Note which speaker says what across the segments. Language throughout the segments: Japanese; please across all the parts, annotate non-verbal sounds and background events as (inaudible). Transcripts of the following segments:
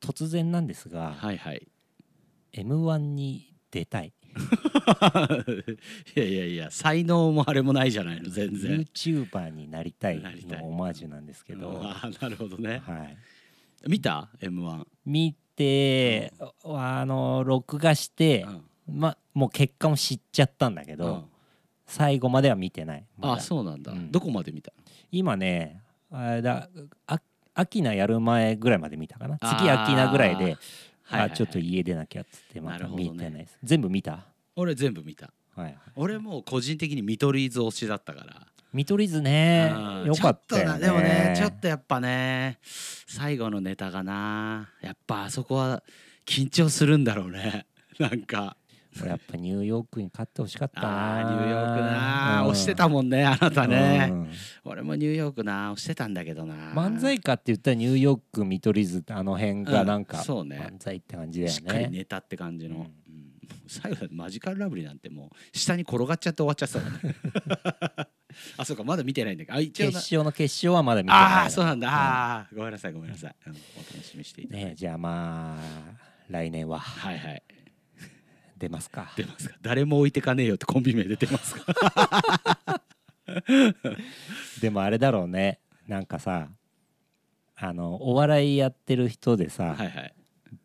Speaker 1: 突然なんですが、
Speaker 2: はいはい (laughs)
Speaker 1: m 1に出たい
Speaker 2: いやいやいや才能もあれもないじゃないの全然
Speaker 1: YouTuber になりたい
Speaker 2: なりたい
Speaker 1: のオマージュなんですけど、
Speaker 2: うんあーなるほどね
Speaker 1: はい、
Speaker 2: 見た m 1
Speaker 1: 見て、あの録画して、ま、もう結果も知っちゃったんだけど、最後までは見てない、まだ
Speaker 2: あそうなんだ、
Speaker 1: うん
Speaker 2: どこまで見た
Speaker 1: 今ねあれだあ秋名やる前ぐらいまで見たかな
Speaker 2: あー
Speaker 1: 次秋名ぐらいで、
Speaker 2: はいはいはい
Speaker 1: あちょっと家出なきゃっつってま
Speaker 2: なる
Speaker 1: た
Speaker 2: ほどね
Speaker 1: 見てないです、全部見た
Speaker 2: 俺全部見た
Speaker 1: はいはい
Speaker 2: 俺もう個人的に見取り図推しだったから
Speaker 1: 見取り図ね
Speaker 2: うん
Speaker 1: よかった
Speaker 2: ちょ
Speaker 1: よ
Speaker 2: とな
Speaker 1: ね
Speaker 2: でもねちょっとやっぱね最後のネタがなやっぱあそこは緊張するんだろうねなんか
Speaker 1: これやっぱニューヨークに勝ってほしかったな
Speaker 2: あーニューヨークな、
Speaker 1: うん
Speaker 2: 押してたもんねあなたね、
Speaker 1: うん
Speaker 2: 俺もニューヨークな押してたんだけどな
Speaker 1: 漫才かって言ったらニューヨーク見取り図あの辺がなんか、
Speaker 2: うんそうね
Speaker 1: 漫才って感じだよね
Speaker 2: しっかりネタって感じの、
Speaker 1: うん
Speaker 2: うん最後だってマジカルラブリーなんてもう下に転がっちゃって終わっちゃってたもんね
Speaker 1: (laughs)
Speaker 2: あそうかまだ見てないんだけどあ一
Speaker 1: 決
Speaker 2: 応な
Speaker 1: 勝の決勝はまだ見てない
Speaker 2: ああーそうなんだ、あーごめんなさいごめんなさい、うん、お楽しみしていただいて、
Speaker 1: ねじゃあまあ来年は
Speaker 2: はいはい
Speaker 1: 出ますか
Speaker 2: 出ますか誰も置いてかねえよってコンビ名出てますか
Speaker 1: でもあれだろうねなんかさあのお笑いやってる人でさ、
Speaker 2: はいはい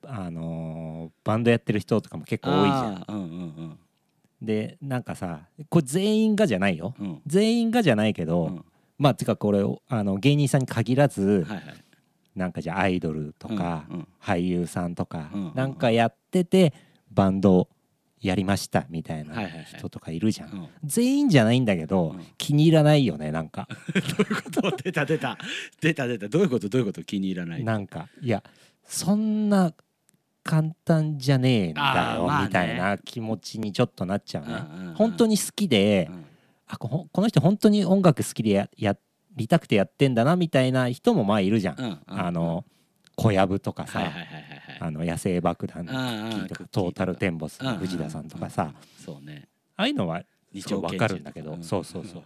Speaker 1: あのーバンドやってる人とかも結構多いじゃん
Speaker 2: あーうんうん
Speaker 1: でなんかさこれ全員がじゃないよ、
Speaker 2: うん
Speaker 1: 全員がじゃないけど、
Speaker 2: うん
Speaker 1: まあてかこれあの芸人さんに限ら
Speaker 2: う
Speaker 1: ず、
Speaker 2: んはいはい
Speaker 1: なんかじゃあアイドルとか、
Speaker 2: うんうん
Speaker 1: 俳優さんとか、
Speaker 2: うんうんうん
Speaker 1: なんかやっててバンドやりましたみたい
Speaker 2: はい
Speaker 1: な
Speaker 2: はいはい
Speaker 1: 人とかいるじゃん、
Speaker 2: うん
Speaker 1: 全員じゃないんだけど、
Speaker 2: うん (laughs)
Speaker 1: 気に入らないよねなんか
Speaker 2: どういうこと出た出た出た出たどういうことどういうこと気に入らない
Speaker 1: なんかいやそんな簡単じゃねえんだ
Speaker 2: あー
Speaker 1: よ、
Speaker 2: まあね
Speaker 1: みたいな気持ちにちょっとなっちゃうね、
Speaker 2: うんうんうん
Speaker 1: 本当に好きで、
Speaker 2: うん
Speaker 1: あこほこの人本当に音楽好きでややりたくてやってんだなみたいな人もまあいるじゃん、
Speaker 2: うんうん
Speaker 1: あの小籔とかさ、
Speaker 2: はいはいはいはいはい
Speaker 1: あの野生爆弾
Speaker 2: あ
Speaker 1: キーとか
Speaker 2: クッキー
Speaker 1: トータルテンボス
Speaker 2: うんうんうん
Speaker 1: 藤田さんとかさあ
Speaker 2: そうね
Speaker 1: あいうのはそうわかるんだけど、そうそうそうっ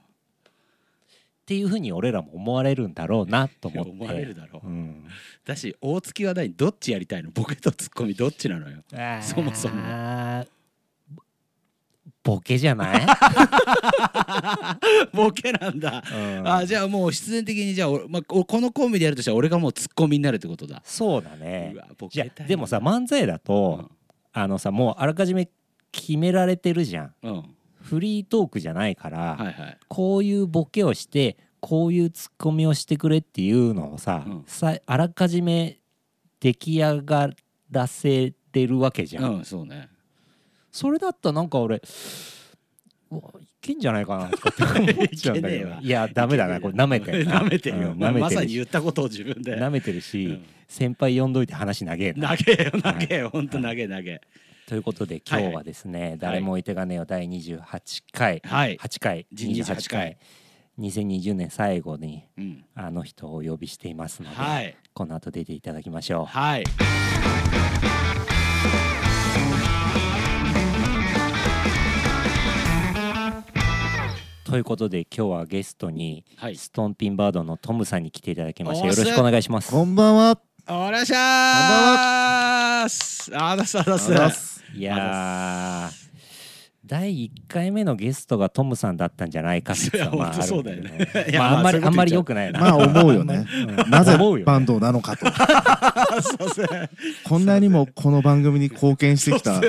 Speaker 1: ていうふうに俺らも思われるんだろうなと
Speaker 2: と
Speaker 1: 思って
Speaker 2: 思われるだろう、
Speaker 1: うん
Speaker 2: だし大月は何どっちやりたいのボケとツッコミどっちなのよ (laughs) (laughs) そもそも
Speaker 1: あーぼボケじゃ
Speaker 2: (laughs)
Speaker 1: ない、
Speaker 2: ボケなんだ、
Speaker 1: うん
Speaker 2: あじゃあもう必然的にじゃあ、おまあ、おこのコンビでやるとしたら俺がもうツッコミになるってことだ、
Speaker 1: そうだね
Speaker 2: うわボ
Speaker 1: じ
Speaker 2: ケ
Speaker 1: ゃ
Speaker 2: たいな
Speaker 1: でもさ漫才だと、あのさもうあらかじめ決められてるじゃん
Speaker 2: うん、うん
Speaker 1: フリートークじゃないから、
Speaker 2: はいはい
Speaker 1: こういうボケをしてこういうツッコミをしてくれっていうのをさ,、
Speaker 2: うん
Speaker 1: さあらかじめ出来上がらせてるわけじゃん、
Speaker 2: うんそうね
Speaker 1: それだったらなんか俺うわいけんじゃないかなとかって思っちゃうんだけ
Speaker 2: いけねえ
Speaker 1: ど
Speaker 2: わ
Speaker 1: いやダメだなこれ舐めて
Speaker 2: (laughs)
Speaker 1: るな
Speaker 2: なめてるよ、
Speaker 1: うん舐め
Speaker 2: ま
Speaker 1: て
Speaker 2: さ
Speaker 1: る
Speaker 2: に
Speaker 1: し
Speaker 2: 言ったことを自分で
Speaker 1: 舐めてるし、
Speaker 2: うん
Speaker 1: 先輩呼んどいて話投げえな
Speaker 2: 投げよ投げよほんと投げ投げ
Speaker 1: ということで今日はですね「誰も置いてかねえよ」第28回、
Speaker 2: はい
Speaker 1: 8回
Speaker 2: 28
Speaker 1: 28回
Speaker 2: 回
Speaker 1: 2020年最後に
Speaker 2: うん
Speaker 1: あの人をお呼びしていますので、
Speaker 2: はい
Speaker 1: この後出ていただきましょう。
Speaker 2: はい
Speaker 1: ということで今日はゲストに、
Speaker 2: はい
Speaker 1: ストンピンバードのトムさんに来ていただきました
Speaker 2: お
Speaker 1: よ
Speaker 2: っす
Speaker 1: ろしくお願いします。
Speaker 3: こんばんは。
Speaker 2: おらっしゃーすあだすあだす
Speaker 3: あざっす
Speaker 1: いやー第1回目のゲストがトムさんだったんじゃないか説はい
Speaker 2: や
Speaker 1: まあ
Speaker 2: 本当
Speaker 1: あ
Speaker 2: そ
Speaker 1: る
Speaker 2: うだよ
Speaker 1: ん
Speaker 2: ね
Speaker 1: だけど
Speaker 2: (laughs) いや
Speaker 1: まああんまり
Speaker 2: ま
Speaker 1: あ
Speaker 2: あそういうこと言っちゃう
Speaker 1: んまり良くないな。
Speaker 3: まあ思うよ
Speaker 2: (laughs)
Speaker 3: ね。
Speaker 1: うん
Speaker 3: なぜ
Speaker 1: 思うよね
Speaker 3: バンドなのかと。
Speaker 2: そうそう
Speaker 3: こんなにもこの番組に貢献してきた。あ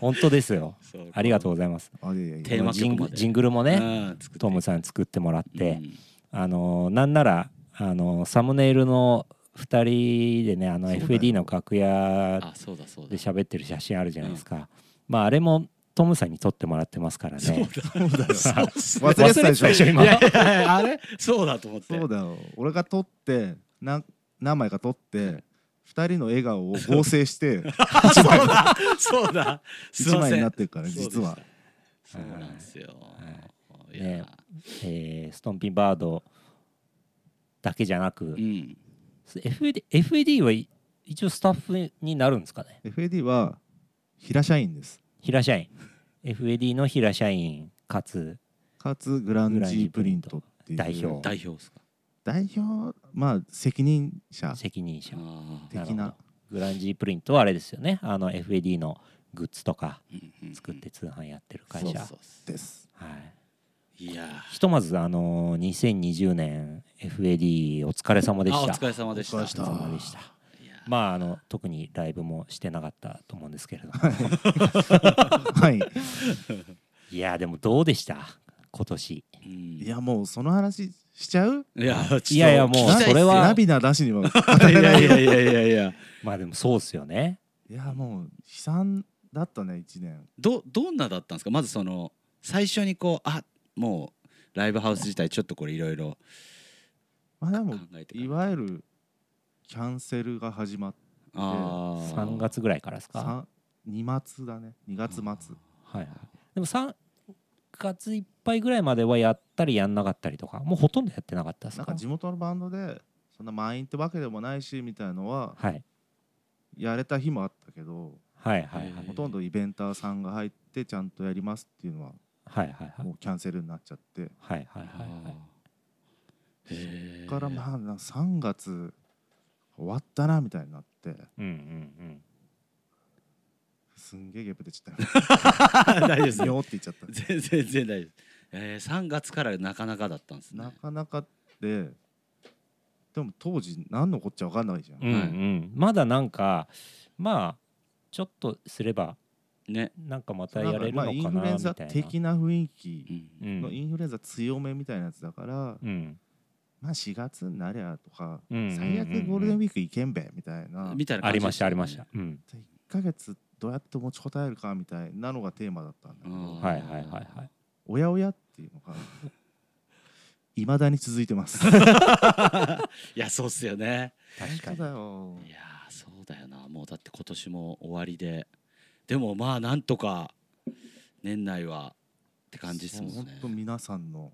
Speaker 1: 本当ですよ
Speaker 2: そう。
Speaker 1: ありがとうございます。
Speaker 3: いやいやいや
Speaker 2: テーマ曲
Speaker 1: ジン
Speaker 2: ま
Speaker 1: グ
Speaker 2: で
Speaker 1: ジングルもね、
Speaker 2: うん作って
Speaker 1: トムさん作ってもらって、
Speaker 2: うん
Speaker 1: あのーなんならあのーサムネイルの2人でねあの
Speaker 3: そうだよ
Speaker 1: FAD の楽屋
Speaker 2: あそうだそうだ
Speaker 1: で喋ってる写真あるじゃないですか、まああれもトムさんに撮ってもらってますからね
Speaker 2: そうっすね
Speaker 3: 忘れてたでしょ
Speaker 1: 忘れて今
Speaker 2: いやいやいやあれそうだと思って
Speaker 3: そうだよ。俺が撮って、なん何枚か撮って、二人の笑顔を合成して
Speaker 1: (laughs)
Speaker 2: そう
Speaker 3: (laughs)
Speaker 2: だそうだすい
Speaker 3: 一
Speaker 2: ま
Speaker 3: 枚
Speaker 2: せ
Speaker 3: に
Speaker 2: ん
Speaker 3: なってるから
Speaker 2: そうでした
Speaker 3: 実は。
Speaker 2: そうなんですよいや
Speaker 1: ねえーストンピンバードだけじゃなく、
Speaker 2: うん、
Speaker 1: FAD, FAD はい一応スタッフになるんですかね
Speaker 3: FAD は平社員です。
Speaker 1: 平社員 FAD の平社員かつ
Speaker 3: かつグランジープリントっていう
Speaker 1: 代表
Speaker 2: 代表ですか
Speaker 3: 代表まあ責任者
Speaker 1: 責任者
Speaker 2: あー
Speaker 3: 的
Speaker 1: なる
Speaker 3: な
Speaker 1: ほグランジープリントはあれですよねあの FAD のグッズとか
Speaker 2: うんうんうん
Speaker 1: 作って通販やってる会
Speaker 2: そう
Speaker 1: 社、
Speaker 2: そうそ
Speaker 3: です
Speaker 1: はい、
Speaker 2: ういや
Speaker 1: ひとまずあの2020年 FAD お疲れ様で
Speaker 2: ーあ
Speaker 1: し
Speaker 2: お
Speaker 1: た
Speaker 2: 疲れ様でした
Speaker 3: お疲れ様でし
Speaker 1: お
Speaker 3: た
Speaker 1: 疲れ様でした
Speaker 2: いやー
Speaker 1: まああの特にライブもしてなかったと思うんですけれども
Speaker 3: はい
Speaker 1: いやでもどうでした今年
Speaker 2: うん
Speaker 3: い
Speaker 2: いや
Speaker 3: やもうその話しちゃう
Speaker 2: ちょっと
Speaker 1: いやいやもう
Speaker 2: 聞きたいっすね
Speaker 1: それは
Speaker 3: 涙なしには
Speaker 2: いやいやいやいやいや
Speaker 1: まあでもそうですよね
Speaker 3: いやもう悲惨だったね1年
Speaker 2: どどんなだったんですかまずその最初にこうあもうライブハウス自体ちょっとこれいろいろ
Speaker 3: まあで
Speaker 2: 考
Speaker 3: も
Speaker 2: えて
Speaker 3: いわゆるキャンセルが始まって
Speaker 1: 3月ぐらいからですか
Speaker 3: 2月だね2月末
Speaker 1: はいはい、でも3月いっぱいぐらいまではやったりやんなかったりとかもうほとんどやってなかったです
Speaker 3: なん
Speaker 1: か
Speaker 3: か地元のバンドでそんな満員ってわけでもないしみたいのは
Speaker 1: はい
Speaker 3: やれた日もあったけど
Speaker 1: はいはいはい
Speaker 2: へー
Speaker 3: ほとんどイベンターさんが入ってちゃんとやりますっていうのは
Speaker 1: はいはいはい
Speaker 3: もうキャンセルになっちゃって
Speaker 1: はいはいはいはい
Speaker 2: いへえ
Speaker 3: からまあな3月終わったなみたいになって
Speaker 1: うんうん
Speaker 3: すんげえゲップ出ちゃ
Speaker 2: 大
Speaker 3: っ
Speaker 2: 丈夫です
Speaker 3: たよって言っちゃった
Speaker 2: 全然全然大丈夫ですえー、3月からなかなかだったんですね
Speaker 3: なかなかででも当時何のこっちゃ分かんないじゃん、
Speaker 1: うんうんうんまだなんかまあちょっとすれば
Speaker 2: ね、
Speaker 1: なんかまた
Speaker 3: なん
Speaker 1: や
Speaker 3: か
Speaker 1: れるの
Speaker 3: ま
Speaker 1: か
Speaker 3: あ
Speaker 1: な
Speaker 3: イ
Speaker 1: みたい
Speaker 3: ンフルエン
Speaker 1: な
Speaker 3: ザ的な雰囲
Speaker 2: う、
Speaker 3: 気
Speaker 1: うんん
Speaker 3: のインフルエンザ強めみたいなやつだから、
Speaker 1: うん
Speaker 3: まあ4月になりゃとか、
Speaker 1: うんうんうんうん
Speaker 3: 最悪ゴールデンウィーク行けんべみたいな
Speaker 2: みたいな
Speaker 1: あ
Speaker 2: 感じ
Speaker 1: りましたありまし
Speaker 2: よ
Speaker 1: たうん
Speaker 3: 1ヶ月どうやって持ちこたえるかみたいなのがテーマだったんだけど、
Speaker 2: うん
Speaker 1: はいはいはいはい
Speaker 3: おやおやっていうのがいまだに続いてます
Speaker 1: (laughs)
Speaker 2: ねいやそうっすよね
Speaker 1: 確か
Speaker 3: 本
Speaker 1: に
Speaker 3: 当だよ
Speaker 2: いやーそうだよなもうだって今年も終わりででもまあなんとか年内はって感じっすもん
Speaker 3: そう
Speaker 2: ね
Speaker 3: 本当皆さんの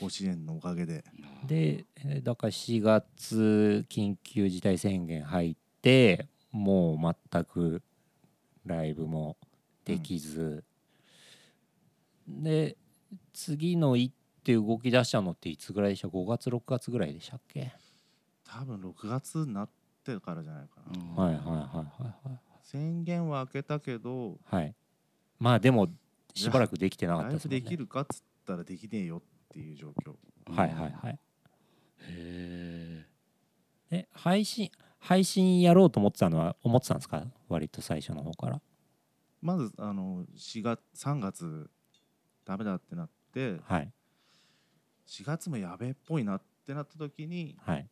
Speaker 3: ご支援のおかげで
Speaker 2: あー
Speaker 1: でえーだから4月緊急事態宣言入ってもう全くライブもできず、で次の一手動き出したのっていつぐらいでした5月6月ぐらいでしたっけ、
Speaker 3: 多分6月になってからじゃないかな、
Speaker 2: う
Speaker 1: は
Speaker 2: ん
Speaker 1: いはいはいはい
Speaker 3: 宣言は開けたけど
Speaker 1: はいはいまあでもしばらくできてなかっ
Speaker 3: ラ
Speaker 1: たですも
Speaker 3: イブ
Speaker 1: ん
Speaker 3: で
Speaker 1: ね
Speaker 3: きるかっつったらできねえよっていう状況
Speaker 1: (laughs) はいはいはい
Speaker 2: へ
Speaker 1: え配信配信やろうと思ってたのは思ってたんですか割と最初の方から
Speaker 3: まずあの4月3月ダメだってなって
Speaker 1: はい
Speaker 3: 4月もやべえっぽいなってなった時に
Speaker 1: はい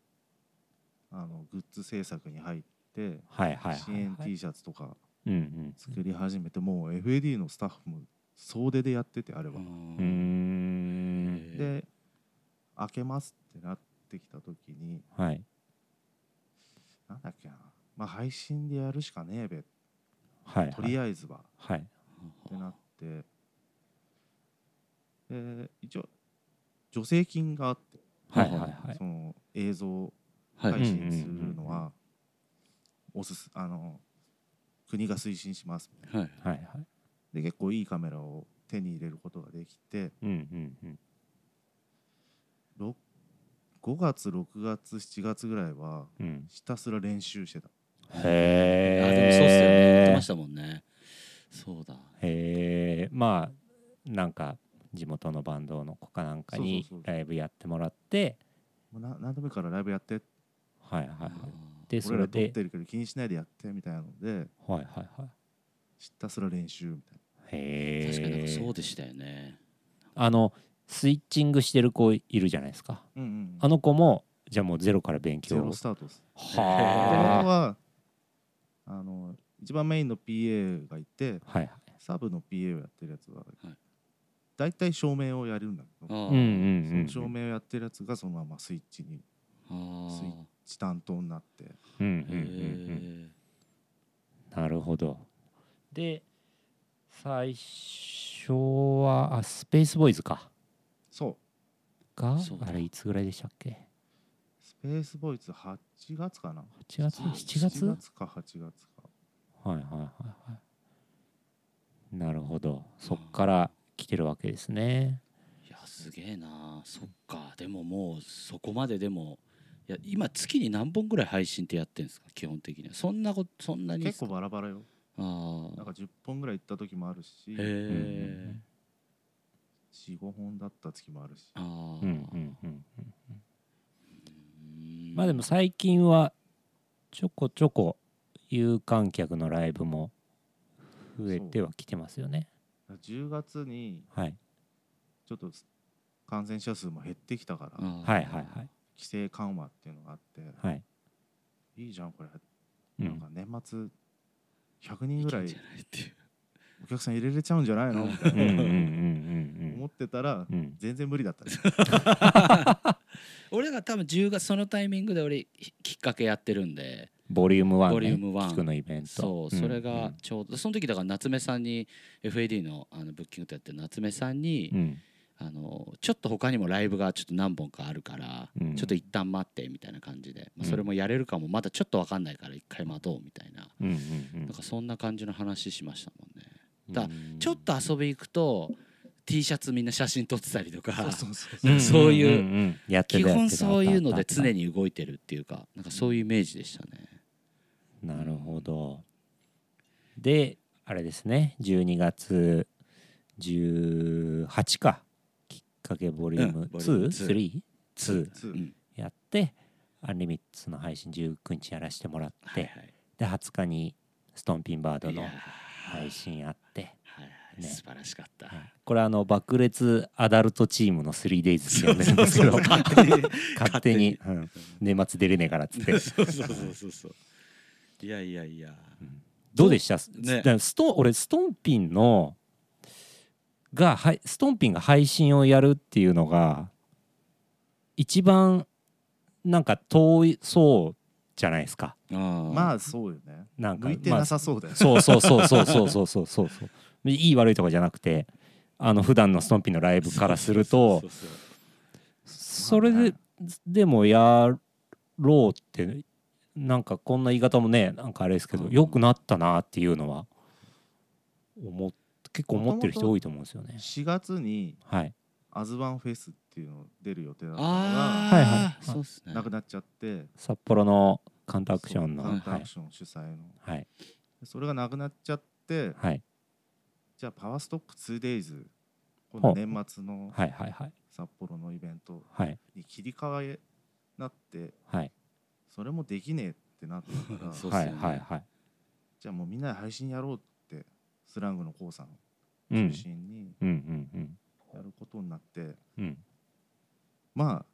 Speaker 3: あのグッズ制作に入って
Speaker 1: はいはい
Speaker 3: 支
Speaker 1: はい
Speaker 3: 援
Speaker 1: はい
Speaker 3: T シャツとか
Speaker 1: うんうん
Speaker 3: 作り始めてもう FAD のスタッフも総出でやっててあれ
Speaker 2: え
Speaker 3: は。
Speaker 1: うーん
Speaker 3: で開けますってなってきた時に
Speaker 1: はい
Speaker 3: なんだっけなまあ配信でやるしかねえべ
Speaker 1: はい
Speaker 3: とり
Speaker 1: あ
Speaker 3: あえずは
Speaker 1: はい
Speaker 3: ってなってで一応助成金があって
Speaker 1: はいはいはい
Speaker 3: その映像
Speaker 2: はい
Speaker 3: 配
Speaker 2: はい
Speaker 3: 信するのはおすすあの国が推進します
Speaker 2: はい
Speaker 1: はいはい
Speaker 3: で結構いいカメラを手に入れることができて
Speaker 1: うんうんうん
Speaker 3: ろ5月6月7月ぐらいは
Speaker 1: うん
Speaker 3: ひたすら練習してた
Speaker 1: へ
Speaker 2: あでもそうっすよね言って
Speaker 1: え
Speaker 2: ましたもんねそうだ
Speaker 1: へえまあなんか地元のバンドの子かなんかに
Speaker 3: そうそうそう
Speaker 1: ライブやってもらって
Speaker 3: もうな何でもいいからライブやって
Speaker 1: はいはいはい
Speaker 2: あ
Speaker 1: でそ
Speaker 3: 俺
Speaker 1: れ
Speaker 3: ら撮っ
Speaker 1: で
Speaker 3: てるけど気にしないでやってみたいなので
Speaker 1: はいはいは
Speaker 3: ひたすら練習みたいない
Speaker 1: へえ
Speaker 2: ー確かになんかそうでしたよね
Speaker 1: あのスイッチングしてる子いるじゃないですか
Speaker 3: うんうん
Speaker 1: あの子もじゃあもうゼロから勉
Speaker 3: ゼ
Speaker 1: 強
Speaker 3: ロ
Speaker 1: を
Speaker 3: スタートですってこと
Speaker 1: はあ
Speaker 3: はあの一番メインの PA がいて
Speaker 1: はいはい
Speaker 3: サブの PA をやってるやつは、
Speaker 2: はい
Speaker 3: 大体照明をやるんだけ
Speaker 2: あ
Speaker 3: ど、
Speaker 1: うんうんうん
Speaker 3: その照明をやってるやつがそのままスイッチに
Speaker 2: あー
Speaker 3: スイッチ担当になって
Speaker 1: うんうんう
Speaker 2: へ
Speaker 1: んうん
Speaker 2: え
Speaker 1: なるほど。で最初はあスペースボーイズか
Speaker 3: そう
Speaker 1: が
Speaker 2: そうだ
Speaker 1: あれいつぐらいでしたっけ
Speaker 3: スペースボーイズ8月かな
Speaker 1: ?8 月
Speaker 2: あ
Speaker 1: 7月
Speaker 3: 7月か8月か
Speaker 1: はいはいはいはい。なるほどそっから来てるわけですね。
Speaker 2: いやすげえなそっかでももうそこまででもいや今月に何本ぐらい配信ってやってんですか基本的にはそんなことそんなに
Speaker 3: 結構バラバラよ
Speaker 2: あ
Speaker 3: な
Speaker 2: あ
Speaker 3: んか10本ぐらい行った時もあるし
Speaker 2: へえ
Speaker 3: 45本だった月もあるし
Speaker 2: ああ
Speaker 1: うんうんうんうん
Speaker 2: うん
Speaker 1: まあでも最近はちょこちょこ有観客のライブも増えてはきてますよね
Speaker 3: 10月に
Speaker 1: はい
Speaker 3: ちょっと感染者数も減ってきたから規
Speaker 2: ああ
Speaker 1: はいはいはい
Speaker 3: 制緩和っていうのがあって
Speaker 1: はい、
Speaker 3: いいじゃんこれ
Speaker 1: う
Speaker 3: なん
Speaker 1: ん、
Speaker 3: か年末100人ぐら
Speaker 2: いけん
Speaker 3: い
Speaker 2: じゃないっていう
Speaker 3: お客さん入れれちゃうんじゃないのみたい
Speaker 1: うんうんうんう
Speaker 3: なん思
Speaker 1: ん
Speaker 3: ってたら
Speaker 1: うんうん
Speaker 3: 全然無理だったね
Speaker 2: 俺だから多分10月そのタイミングで俺ひきっかけやってるんで
Speaker 1: ボリューム1、ね、
Speaker 2: ボリュームワン
Speaker 1: 聞くのイベント
Speaker 2: そうそれがちょうどその時だから夏目さんに FAD のあのブッキングとやってる夏目さんに
Speaker 1: うんうん
Speaker 2: あのちょっと他にもライブがちょっと何本かあるから、
Speaker 1: うん
Speaker 2: ちょっと一旦待ってみたいな感じで、まあ
Speaker 1: うん
Speaker 2: それもやれるかもまだちょっと分かんないから一回待とうみたいな,、
Speaker 1: うんうん
Speaker 2: なんかそんな感じの話しましたもんね、
Speaker 1: うん
Speaker 2: だ
Speaker 1: うん
Speaker 2: ちょっと遊び行くと T シャツみんな写真撮ってたりとか
Speaker 3: そうそうそう
Speaker 2: なんかそういうん
Speaker 1: んんやって
Speaker 2: 基
Speaker 1: たやってた
Speaker 2: 本そういうので常
Speaker 1: に
Speaker 2: に動いてるっていうかなんかそういうイメージでしたね
Speaker 1: なるほどであれですね12月18かきっかけボリュー
Speaker 2: うん
Speaker 1: ム
Speaker 2: ボリューム
Speaker 1: 2?3?2
Speaker 3: そう
Speaker 2: うん
Speaker 1: やってアンリミッツの配信19日やらせてもらって、
Speaker 2: はいはい
Speaker 1: で20日にストンピンバード
Speaker 2: い
Speaker 1: の
Speaker 2: やー
Speaker 1: 配信あって、
Speaker 2: はいはい
Speaker 1: ね
Speaker 2: 素晴らしかった、
Speaker 1: はいこれあの爆裂アダルトチームの 3days って呼んでるんですけど
Speaker 2: (laughs) そうそうそう
Speaker 1: 勝手に勝手に、うん (laughs) 年末出れねえからっつって
Speaker 2: そうそうそうそうそう。いやいやいや。
Speaker 1: どうでした、
Speaker 2: ね
Speaker 1: だからスト俺ストンピンのがはいストンピンが配信をやるっていうのが一番なんか遠いそうじゃないですか
Speaker 3: ま
Speaker 2: まあ
Speaker 3: あそうよね
Speaker 1: なんか
Speaker 3: 向いてなさそうだよね
Speaker 1: そうそうそうそうそうそうそう
Speaker 2: (laughs)
Speaker 1: そうそういい悪いとかじゃなくてあの普段のストンピンのライブからすると
Speaker 2: そうそうそうそ
Speaker 1: そ
Speaker 2: う
Speaker 1: れででもやろうってなんかこんな言い方もねなんかあれですけど
Speaker 2: うん
Speaker 1: 良くなったなっていうのは思っ結構思ってる人多いと思うんですよね。
Speaker 3: 4月に
Speaker 1: はい、
Speaker 3: アズワンフェスっていうの出る予定だったの
Speaker 2: あ
Speaker 3: が
Speaker 2: あ、
Speaker 1: はいはい
Speaker 2: そうですね。
Speaker 3: なくなっちゃって
Speaker 1: 札幌のカンタアクションの
Speaker 3: そう
Speaker 1: は
Speaker 3: カンタア
Speaker 1: い
Speaker 3: クション主催の
Speaker 1: はい
Speaker 3: それがなくなっちゃって
Speaker 1: はい
Speaker 3: じゃあパワーストック 2days こ
Speaker 1: ほ
Speaker 3: の
Speaker 1: う
Speaker 3: 年末の
Speaker 1: はいはいはい
Speaker 3: 札幌のイベント
Speaker 1: はい
Speaker 3: に切り替えなって
Speaker 1: はい
Speaker 3: それもできねえってなったから
Speaker 2: (laughs) そうっ
Speaker 1: は
Speaker 2: す
Speaker 1: い
Speaker 2: よね
Speaker 1: はいはい
Speaker 3: じゃあもうみんなで配信やろうってスラングの k さん
Speaker 1: う
Speaker 3: 中
Speaker 1: ん
Speaker 3: 心に
Speaker 1: うんうん
Speaker 3: やることになって、
Speaker 1: うんうん
Speaker 3: まあ